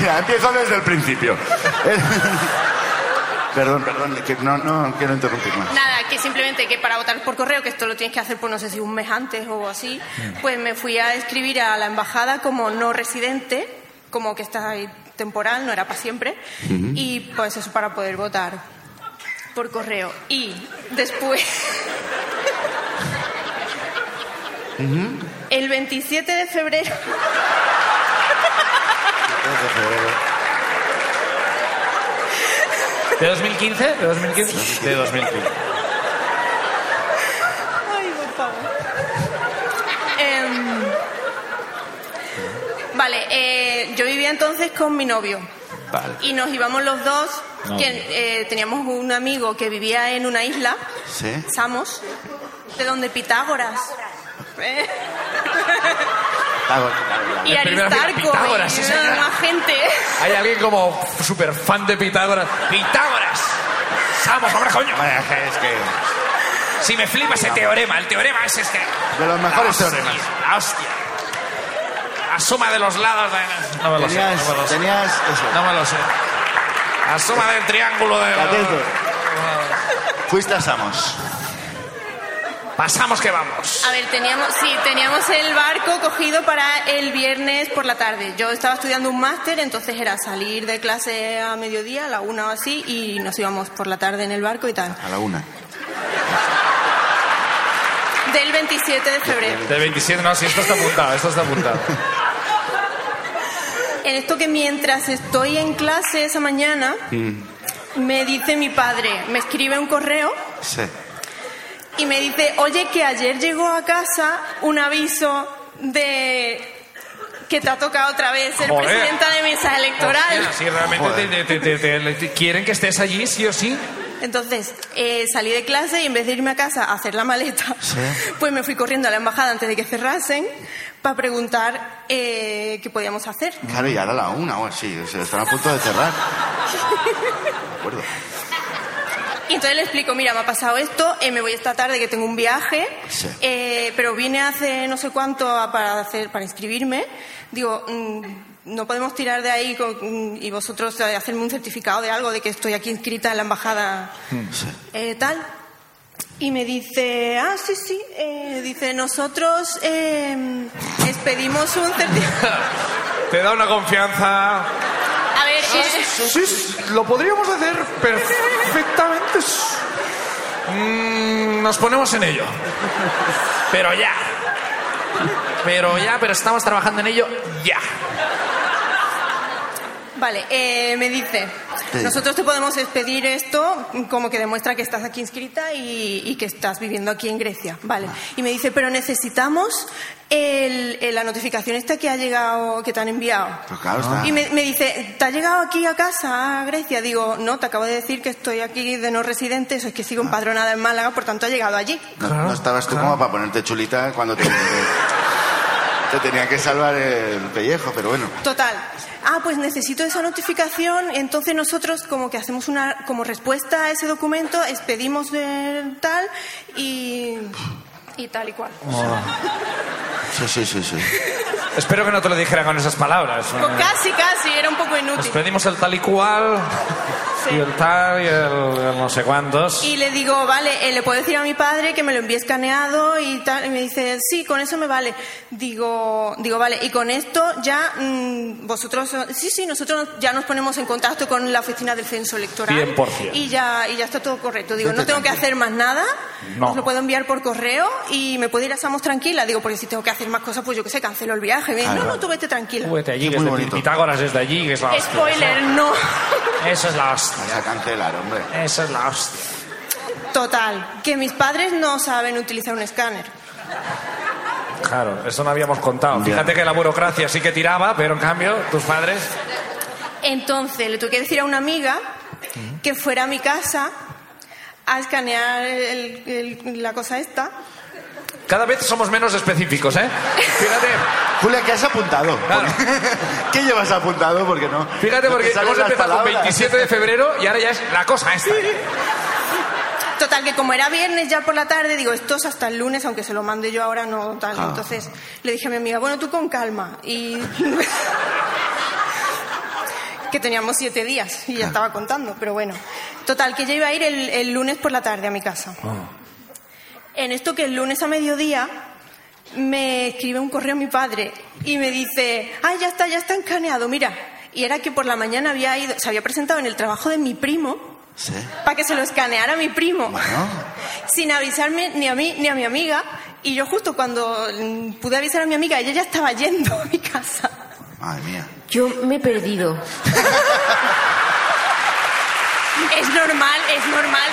Mira, empiezo desde el principio. perdón, perdón, que no, no quiero interrumpir más.
Nada, que simplemente que para votar por correo, que esto lo tienes que hacer por no sé si un mes antes o así, pues me fui a escribir a la embajada como no residente, como que estás ahí temporal, no era para siempre, y pues eso para poder votar por correo. Y después... El 27 de febrero
¿De 2015? ¿De 2015? De 2015.
Em, vale, eh, yo vivía entonces con mi novio. Y nos íbamos los dos, que eh, teníamos un amigo que vivía en una isla,
¿Sí?
Samos, de donde Pitágoras. eh,
Hago- hago-
y
El primero que era
Aristarco
Pitágoras, sí,
y
señora.
más gente.
Hay alguien como súper fan de Pitágoras. ¡Pitágoras! ¡Samos, hombre, coño!
Bueno, es que...
Si me flipa ese teorema, el teorema ese es que...
De los mejores
Hostia,
teoremas.
La hostia. La suma de los lados de... No me lo sé, no me lo
Tenías,
sé.
tenías eso,
No me lo sé. La suma del triángulo de...
atento. Fuiste a Samos.
Pasamos que vamos.
A ver, teníamos, sí, teníamos el barco cogido para el viernes por la tarde. Yo estaba estudiando un máster, entonces era salir de clase a mediodía, a la una o así, y nos íbamos por la tarde en el barco y tal.
A la una.
Del 27 de febrero.
De 27, no, sí, esto está apuntado, esto está apuntado.
en esto que mientras estoy en clase esa mañana,
Mm.
me dice mi padre, me escribe un correo
Sí.
y me dice, oye, que ayer llegó a casa un aviso de que te ha tocado otra vez ser
Joder.
presidenta de mesa electoral.
Hostia, si realmente te, te- te- te- te- quieren que estés allí, sí o sí.
Entonces, eh, salí de clase y en vez de irme a casa a hacer la maleta, pues me fui corriendo a la embajada antes de que cerrasen para preguntar eh, qué podíamos hacer.
Claro, y ahora la una o así. o sea, están a punto de cerrar. De acuerdo.
Y entonces le explico, mira, me ha pasado esto, eh, me voy esta tarde que tengo un viaje,
Sí.
eh, pero vine hace no sé cuánto a- para, hacer, para inscribirme. Digo, mm, no podemos tirar de ahí con- mm, y vosotros eh, hacerme un certificado de algo de que estoy aquí inscrita en la embajada
Mm,
eh, tal. Y me dice, ah, sí, sí, eh, dice, nosotros eh, les pedimos un certificado.
Te da una confianza.
A ver, eh,
Sí, lo podríamos hacer perfectamente. Mm, nos ponemos en ello. Pero ya. Pero ya, pero estamos trabajando en ello ya.
Vale, eh, me dice,
Sí.
nosotros te podemos expedir esto como que demuestra que estás aquí inscrita y, y que estás viviendo aquí en Grecia. Vale. Y me dice, pero necesitamos el- el- la notificación esta que ha llegado, que te han enviado.
Pero claro, está.
Y me, me dice, ¿te ha llegado aquí a casa, a Grecia? Digo, no, te acabo de decir que estoy aquí de no residente, eso es que sigo empadronada en Málaga, por tanto ha llegado allí.
No, no estabas tú como para ponerte chulita cuando te, te tenía que salvar el pellejo, pero bueno.
Total. Ah, pues necesito esa notificación. Entonces nosotros como que hacemos una como respuesta a ese documento, expedimos el tal y y tal y cual.
Sí, sí, sí, sí.
Espero que no te lo dijera con esas palabras. Eh,
Pues casi, casi, era un poco
Nos
inútil.
pedimos el tal y cual,
Sí.
y el tal, y el, el no sé cuántos.
Y le digo, vale, eh, le puedo decir a mi padre que me lo envíe escaneado y tal. Y me dice, sí, con eso me vale. Digo, digo vale, y con esto ya mm, vosotros, sí, sí, nosotros ya nos ponemos en contacto con la oficina del censo electoral.
100%.
Y ya, y ya está todo correcto. Digo,
Vete
no tengo que
tranquila.
hacer más nada,
No.
os lo puedo enviar por correo y me puedo ir a Samos tranquila. Digo, porque si tengo que hacer más cosas, pues yo qué sé, cancelo el viaje. Y me dice,
Claro.
no, no, tú vete tranquila.
Vete allí,
Sí,
que es de
muy bonito.
Pitágoras es de allí, que es la hostia.
Spoiler, no.
Eso es la
Vas
hostia.
a cancelar, hombre.
Eso es la hostia.
Total, que mis padres no saben utilizar un escáner.
Claro, eso no habíamos contado.
Ya.
Fíjate que la burocracia sí que tiraba, pero en cambio, tus padres.
Entonces le tuve que decir a una amiga que fuera a mi casa a escanear el- el- la cosa esta.
Cada vez somos menos específicos, ¿eh? Fíjate,
Julia, ¿qué has apuntado?
Claro.
¿Qué llevas apuntado? Porque no.
fíjate
no te
porque
salen
hemos
las
empezado con
palabras.
27 de febrero y ahora ya es la cosa esta. ¿eh?
Total, que como era viernes ya por la tarde, digo, esto es hasta el lunes, aunque se lo mande yo ahora, no tal. Entonces le dije a mi amiga, bueno, tú con calma. Y. que teníamos siete días y ya estaba contando, pero bueno. Total, que yo iba a ir el, el lunes por la tarde a mi casa. En esto que el lunes a mediodía me escribe un correo mi padre y me dice, ah, ya está, ya está encaneado, mira. Y era que por la mañana había ido, se había presentado en el trabajo de mi primo
Sí.
para que se lo escaneara mi primo,
Bueno.
sin avisarme ni a mí ni a mi amiga. Y yo justo cuando mm, pude avisar a mi amiga, ella ya estaba yendo a mi casa.
Madre mía.
Yo me he perdido.
Es normal, es normal.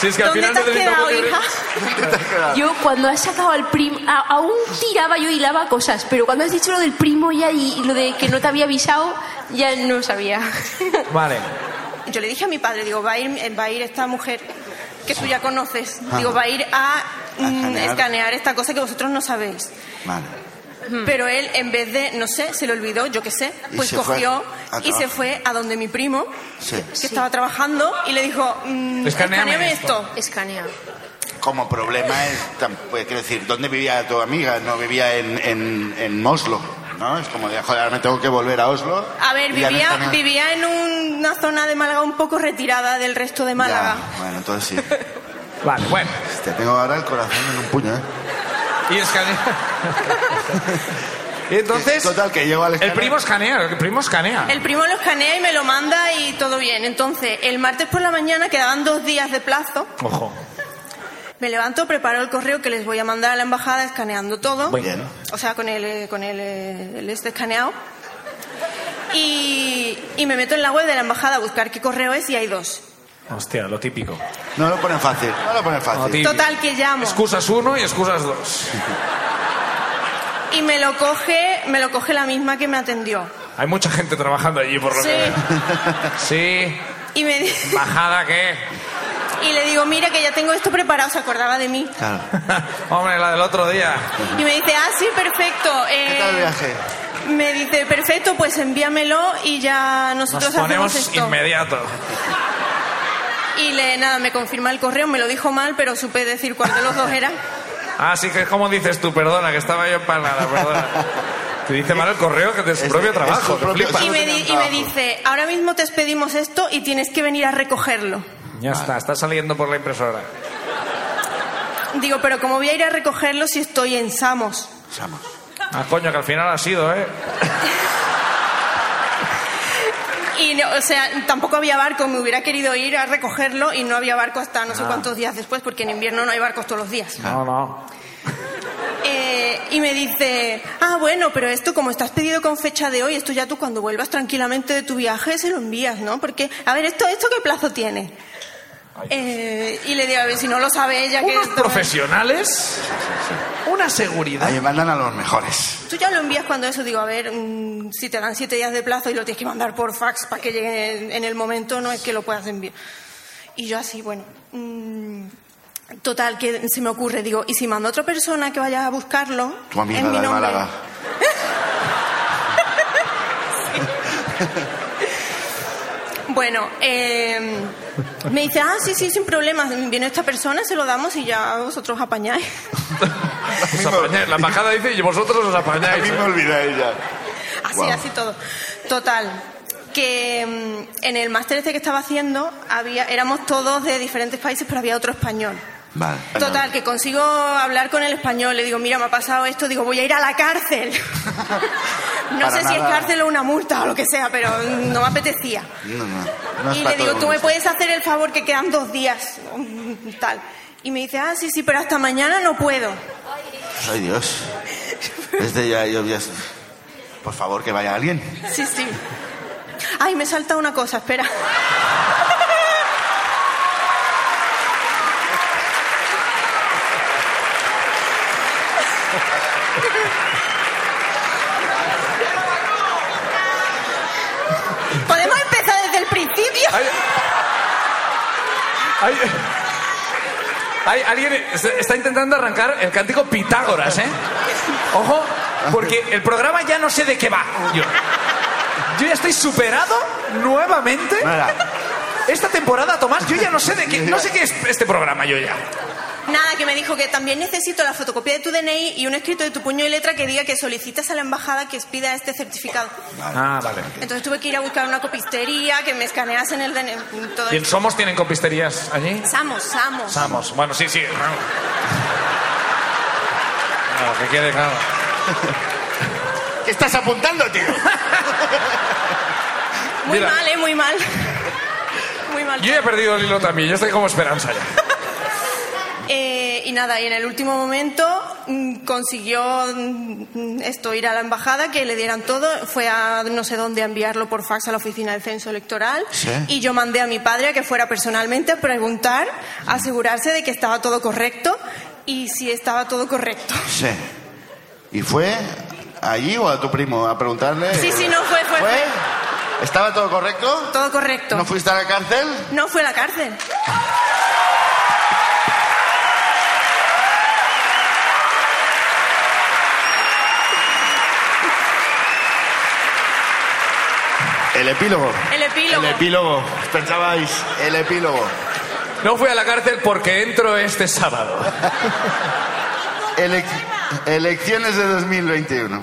Si es que al
¿Dónde
final
te has
no tenemos
quedado,
que ver-
hija?
Yo cuando has sacado al primo, aún tiraba, yo hilaba cosas, pero cuando has dicho lo del primo ya y y lo de que no te había avisado, ya no sabía.
Vale.
Yo le dije a mi padre, digo, va a ir, eh, va a ir esta mujer que tú ya conoces, digo, va a ir a mm,
escanear.
escanear esta cosa que vosotros no sabéis.
Vale.
Pero él, en vez de, no sé, se le olvidó, yo qué sé,
Y
pues
se fue
cogió
a
y se
trabajar.
fue a donde mi primo,
Sí.
que estaba trabajando, y le dijo,
Escaneame
mm, escaneame
esto.
esto.
Escanea.
Como problema es, tam- pues, quiero decir, ¿dónde vivía tu amiga? No vivía en, en, en Oslo, ¿no? Es como de, joder, ahora me tengo que volver a Oslo.
A ver,
Y ya no
vivía,
está nada.
vivía en un- una zona de Málaga un poco retirada del resto de Málaga.
Ya, bueno, entonces sí.
Vale, bueno.
Te tengo ahora el corazón en un puño, ¿eh?
Y escanea. y entonces.
Total, que llego al
El
escáner.
primo escanea, el primo escanea.
El primo lo escanea y me lo manda y todo bien. Entonces, el martes por la mañana quedaban dos días de plazo
Ojo.
Me levanto, preparo el correo que les voy a mandar a la embajada escaneando todo.
Muy bien.
O sea, con el, eh, con el, eh, el este escaneado. Y, y me meto en la web de la embajada a buscar qué correo es y hay dos.
Hostia, lo típico.
No lo ponen fácil, no lo ponen
Lo
fácil.
típico.
Total, que llamo.
Excusas uno y excusas dos.
Y me lo coge, me lo coge la misma que me atendió.
Hay mucha gente trabajando allí, por lo
Sí.
que veo. Sí.
Y me di-
¿Bajada qué?
y le digo, mira que ya tengo esto preparado, se acordaba de mí.
Claro.
Hombre, la del otro día.
Y me dice, ah, sí, perfecto. eh,
¿Qué tal el viaje?
Me dice, perfecto, pues envíamelo y ya
Nos
nosotros hacemos
ponemos
esto.
inmediato.
Y le, nada, me confirma el correo, me lo dijo mal, pero supe decir cuál de los dos era.
Así Ah, que es como dices tú, perdona, que estaba yo empanada, perdona. Te dice mal el correo que es de su
Es-
propio
es
trabajo.
su
te
propio-
flipas.
Y me,
tenía
di-
un
y me
trabajo.
dice, ahora mismo te expedimos esto y tienes que venir a recogerlo.
Ya está, está saliendo por la impresora.
Digo, pero ¿cómo voy a ir a recogerlo si estoy en Samos?
Vamos.
Ah, coño, que al final ha sido, ¿eh?
Y, no- o sea, tampoco había barco, me hubiera querido ir a recogerlo y no había barco hasta no sé cuántos días después, porque en invierno no hay barcos todos los días.
Ah.
No, no.
Eh, y me dice, ah, bueno, pero esto como estás pedido con fecha de hoy, esto ya tú cuando vuelvas tranquilamente de tu viaje se lo envías, ¿no? Porque, a ver, ¿esto, esto qué plazo tiene? Eh, y le digo, a ver, si no lo sabe ella, que
Unos
esto...
profesionales, una seguridad.
Ahí mandan a los mejores.
Tú ya lo envías cuando eso, digo, a ver, mm, si te dan siete días de plazo y lo tienes que mandar por fax para que llegue en, en el momento, no es que lo puedas enviar. Y yo así, bueno, mm, total, que se me ocurre, digo, ¿y si mando a otra persona que vaya a buscarlo
Tu amiga
en mi
la de
nombre?
Málaga.
Bueno, eh, me dice, ah, sí, sí, sin problemas, viene esta persona, se lo damos y ya vosotros apañáis.
Os apañáis. La embajada dice y vosotros os
A
apañáis. ¿eh?".
mí me olvida ella.
Así,
Guau.
así todo. Total, que mm, en el máster este que estaba haciendo había, éramos todos de diferentes países, pero había otro español.
Vale.
Total, que consigo hablar con el español, le digo, mira, me ha pasado esto, digo, voy a ir a la cárcel. No
Para
sé si es
nada.
cárcel o una multa o lo que sea, pero no me apetecía.
No, no, no es
y
para
le digo,
todo
tú me
el mundo.
puedes hacer el favor que quedan dos días, mm, tal. Y me dice, ah, sí, sí, pero hasta mañana no puedo.
Ay, Dios. Desde ya, yo ya- Por favor, que vaya alguien.
Sí, sí. Ay, me salta una cosa, espera. ¿Podemos empezar desde el principio?
Hay, hay, hay alguien está- está intentando arrancar el cántico Pitágoras, ¿eh? Ojo, porque el programa ya no sé de qué va. Yo, yo ya estoy superado nuevamente.
Nada.
Esta temporada, Tomás, yo ya no sé de qué, no sé qué es este programa, yo ya.
Nada, que me dijo que también necesito la fotocopia de tu DNI y un escrito de tu puño y letra que diga que solicitas a la embajada que expida este certificado.
Ah, vale.
Entonces tuve que ir a buscar una copistería, que me escaneasen el DNI, todo
¿Y el
esto.
Somos tienen copisterías allí?
Samos, Samos.
Samos. Bueno, sí, sí. Claro, que quede claro.
¿Qué estás apuntando, tío?
Muy
Mira.
mal, eh, muy mal. Muy mal.
Yo ya he perdido el hilo también, yo estoy como esperanza ya.
Eh, y nada, y en el último momento mm, consiguió mm, esto ir a la embajada, que le dieran todo, fue a no sé dónde a enviarlo por fax a la oficina del censo electoral
Sí.
y yo mandé a mi padre a que fuera personalmente a preguntar, a asegurarse de que estaba todo correcto y si estaba todo correcto.
Sí. ¿Y fue allí o a tu primo a preguntarle?
Sí, sí, no, fue, fue,
¿Fue?
fue.
¿Estaba todo correcto?
Todo correcto.
¿No fuiste a la cárcel?
No fue a la cárcel.
El epílogo.
El epílogo.
El epílogo. Pensabais. El epílogo.
No fui a la cárcel porque entro este sábado.
Elec- Elecciones de 2021.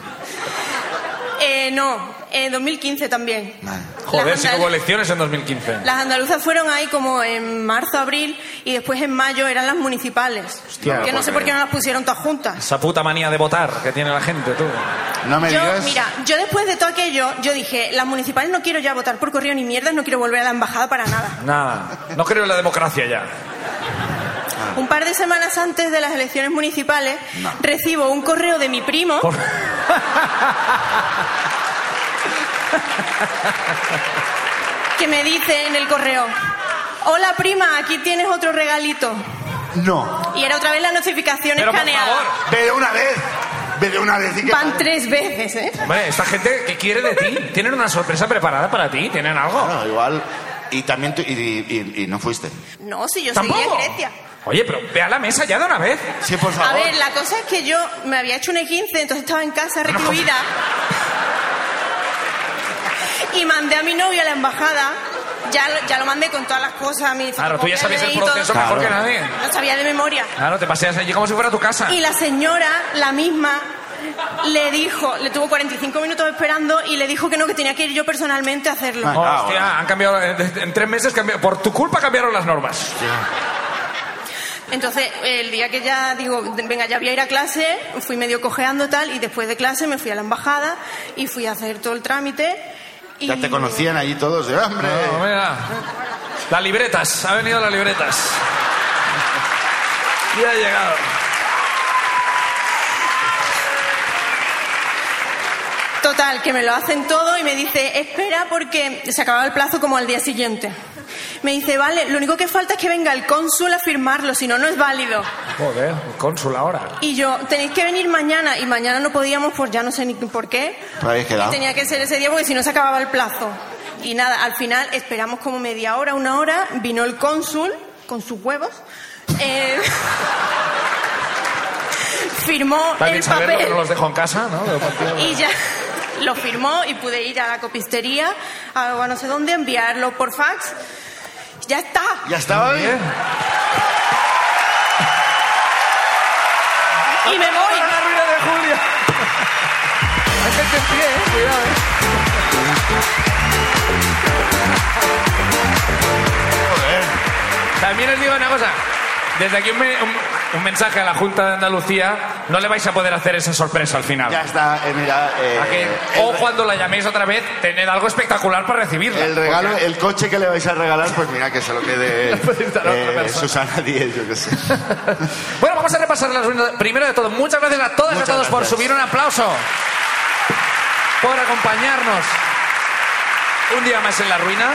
Eh, no, en 2015 también.
Vale.
Joder,
Las
si no hubo
andalu-
elecciones en 2015.
Las andaluzas fueron ahí como en marzo, abril y después en mayo eran las municipales.
Hostia,
que
no
no sé
puedo
por qué
creer.
no las pusieron todas juntas.
Esa puta manía de votar que tiene la gente, tú.
No me
Yo,
digas.
mira, yo después de todo aquello, yo dije, las municipales no quiero ya votar por correo ni mierdas, no quiero volver a la embajada para nada.
Nada. No creo en la democracia ya.
Un par de semanas antes de las elecciones municipales
No.
recibo un correo de mi primo. que me dice en el correo, hola prima, aquí tienes otro regalito.
No.
Y era otra vez la notificación
Pero por
escaneada.
favor,
Ve de una vez. Ve de una vez y que...
Van tres veces, ¿eh?
hombre, esta gente que quiere de ti, tienen una sorpresa preparada para ti, tienen algo.
Bueno, igual... Y también tú- y, y- y- y no fuiste.
No, si yo
Tampoco.
seguía en Grecia.
Oye, pero ve a la mesa ya de una vez.
Sí, por
A
favor.
ver, la cosa es que yo me había hecho un E15, entonces estaba en casa recluida. y mandé a mi novio a la embajada. Ya, lo- ya lo mandé con todas las cosas, mi
Claro, Ah, tú ya sabías el
fotocopia, DNI,
proceso
todo.
mejor que
Claro.
nadie.
Lo sabía de memoria.
Claro, Ah, te paseas allí como si fuera tu casa.
Y la señora, la misma, le dijo, le tuvo 45 minutos esperando y le dijo que no, que tenía que ir yo personalmente a hacerlo.
Ah.
Oh, hostia, han cambiado, en en tres meses, cambió- por tu culpa cambiaron las normas.
Entonces, el día que ya digo, venga, ya voy a ir a clase, fui medio cojeando tal, y después de clase me fui a la embajada y fui a hacer todo el trámite. Y...
Ya te conocían allí todos ¿eh, de hambre.
No, mira. Las libretas, ha venido las libretas. Ya ha llegado.
Total, que me lo hacen todo y me dice, espera porque se acababa el plazo como al día siguiente. Me dice, vale, lo único que falta es que venga el cónsul a firmarlo, si no, no es válido.
Joder, el cónsul ahora.
Y yo, tenéis que venir mañana, y mañana no podíamos por ya no sé ni por qué.
Pero habéis quedado.
Tenía que ser ese día porque si no se acababa el plazo. Y nada, al final esperamos como media hora, una hora, vino el cónsul con sus huevos. eh, firmó
También
el
saberlo que no
papel
los dejo en casa, ¿no? Del partido.
y ya lo firmó y pude ir a la copistería, a, a no sé dónde, enviarlo por fax. Ya está.
Ya estaba bien.
Y me voy.
la ruina de Julia! Hay gente en pie, eh, cuidado, eh. También os digo una cosa. Desde aquí un, me- un- un mensaje a la Junta de Andalucía. No le vais a poder hacer esa sorpresa al final.
Ya está, eh, mira. eh,
A que- o
el,
cuando la llaméis otra vez, tened algo espectacular para recibirla.
el regalo, el coche que le vais a regalar, pues mira, que se lo quede
podéis dar a otra
eh,
persona.
Susana Díez, yo qué sé.
Bueno, vamos a repasar las ruinas. Primero de todo, muchas gracias a todas y a
Muchas
todos por
gracias.
subir un aplauso. Por acompañarnos un día más en la ruina.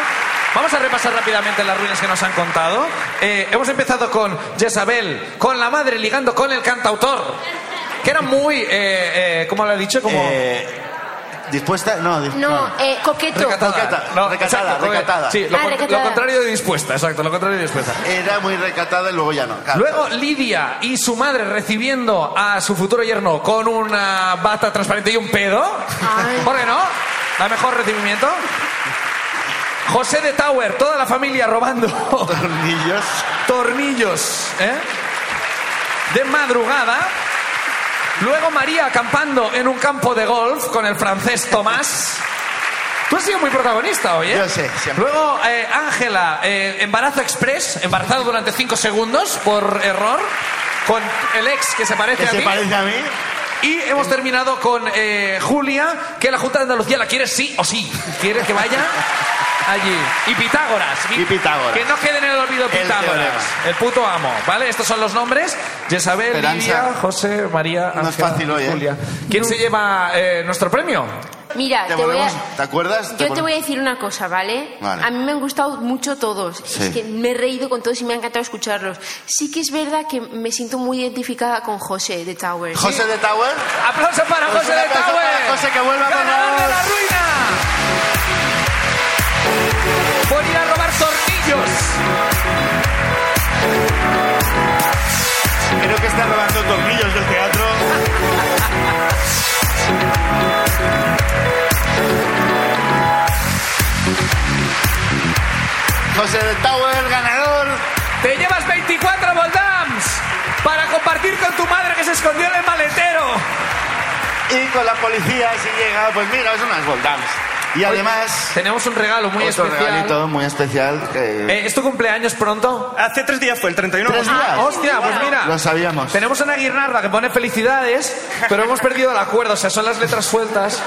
Vamos a repasar rápidamente las ruinas que nos han contado. Eh, hemos empezado con Jezabel, con la madre ligando con el cantautor. Que era muy, eh, eh, ¿cómo lo ha dicho? Como...
Eh, ¿Dispuesta? No, dis-
No, eh, coqueto.
Recatada.
Recatada, recatada,
como que-
recatada.
Sí, lo,
Ah,
con-
recatada.
lo contrario de dispuesta, exacto, lo contrario de dispuesta.
Era muy recatada y luego ya no. claro.
Luego Lidia y su madre recibiendo a su futuro yerno con una bata transparente y un pedo.
Ay.
¿Por qué no? La mejor recibimiento. José de Tower, toda la familia robando
Tornillos.
tornillos ¿eh? de madrugada. Luego María acampando en un campo de golf con el francés Tomás. Tú has sido muy protagonista hoy, ¿eh?
Yo sé, siempre.
Luego eh, Ángela, eh, embarazo express, embarazado durante cinco segundos por error, con el ex que se parece
¿Qué
a
se
ti.
parece a mí?
Y hemos terminado con eh, Julia, que la Junta de Andalucía la quiere sí o sí. Quiere que vaya allí. Y Pitágoras.
Y Pitágoras.
Que no quede en el olvido Pitágoras.
teorema.
El, puto amo. ¿Vale? Estos son los nombres. Jezabel,
Esperanza.
Lidia, José, María,
No es
Ángela
fácil
y
hoy, ¿eh?
Julia. ¿Quién se lleva eh, nuestro premio?
Mira,
Te
Ah, te voy
volvemos-
a...
¿te acuerdas?
Yo te
vol-
voy a decir una cosa, ¿vale?
Vale.
A mí me han gustado mucho todos.
Sí.
Es que me he reído con todos y me ha encantado escucharlos. Sí que es verdad que me siento muy identificada con José de Towers.
José de Tower.
¡Aplauso para
Pues
José
un
de
aplauso
Tower!
para José, que vuelva con
¡Ganador de la
nosotros.
ruina! Por ir a robar tornillos.
Creo que está robando tornillos del teatro. José de Tower, ganador.
Te llevas 24 Voldams para compartir con tu madre que se escondió en el maletero.
Y con la policía, si llega, pues mira, es unas Voldams. Y además,
Tenemos un regalo muy
otro
especial.
regalito muy especial. Que...
Eh, ¿Es tu cumpleaños pronto?
Hace tres días fue, el 31 de
Tres
agosto.
días.
Hostia, pues mira.
Lo sabíamos.
Tenemos una guirnalda que pone felicidades, pero hemos perdido el acuerdo. O sea, son las letras sueltas.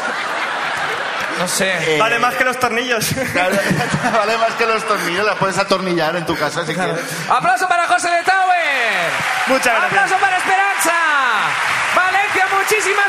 No sé.
Eh,
Vale más que los tornillos.
Claro, vale más que los tornillos, la puedes atornillar en tu casa si quieres.
¡Aplauso para José de Tower!
Muchas gracias.
¡Aplauso para Esperanza! ¡Valencia, muchísimas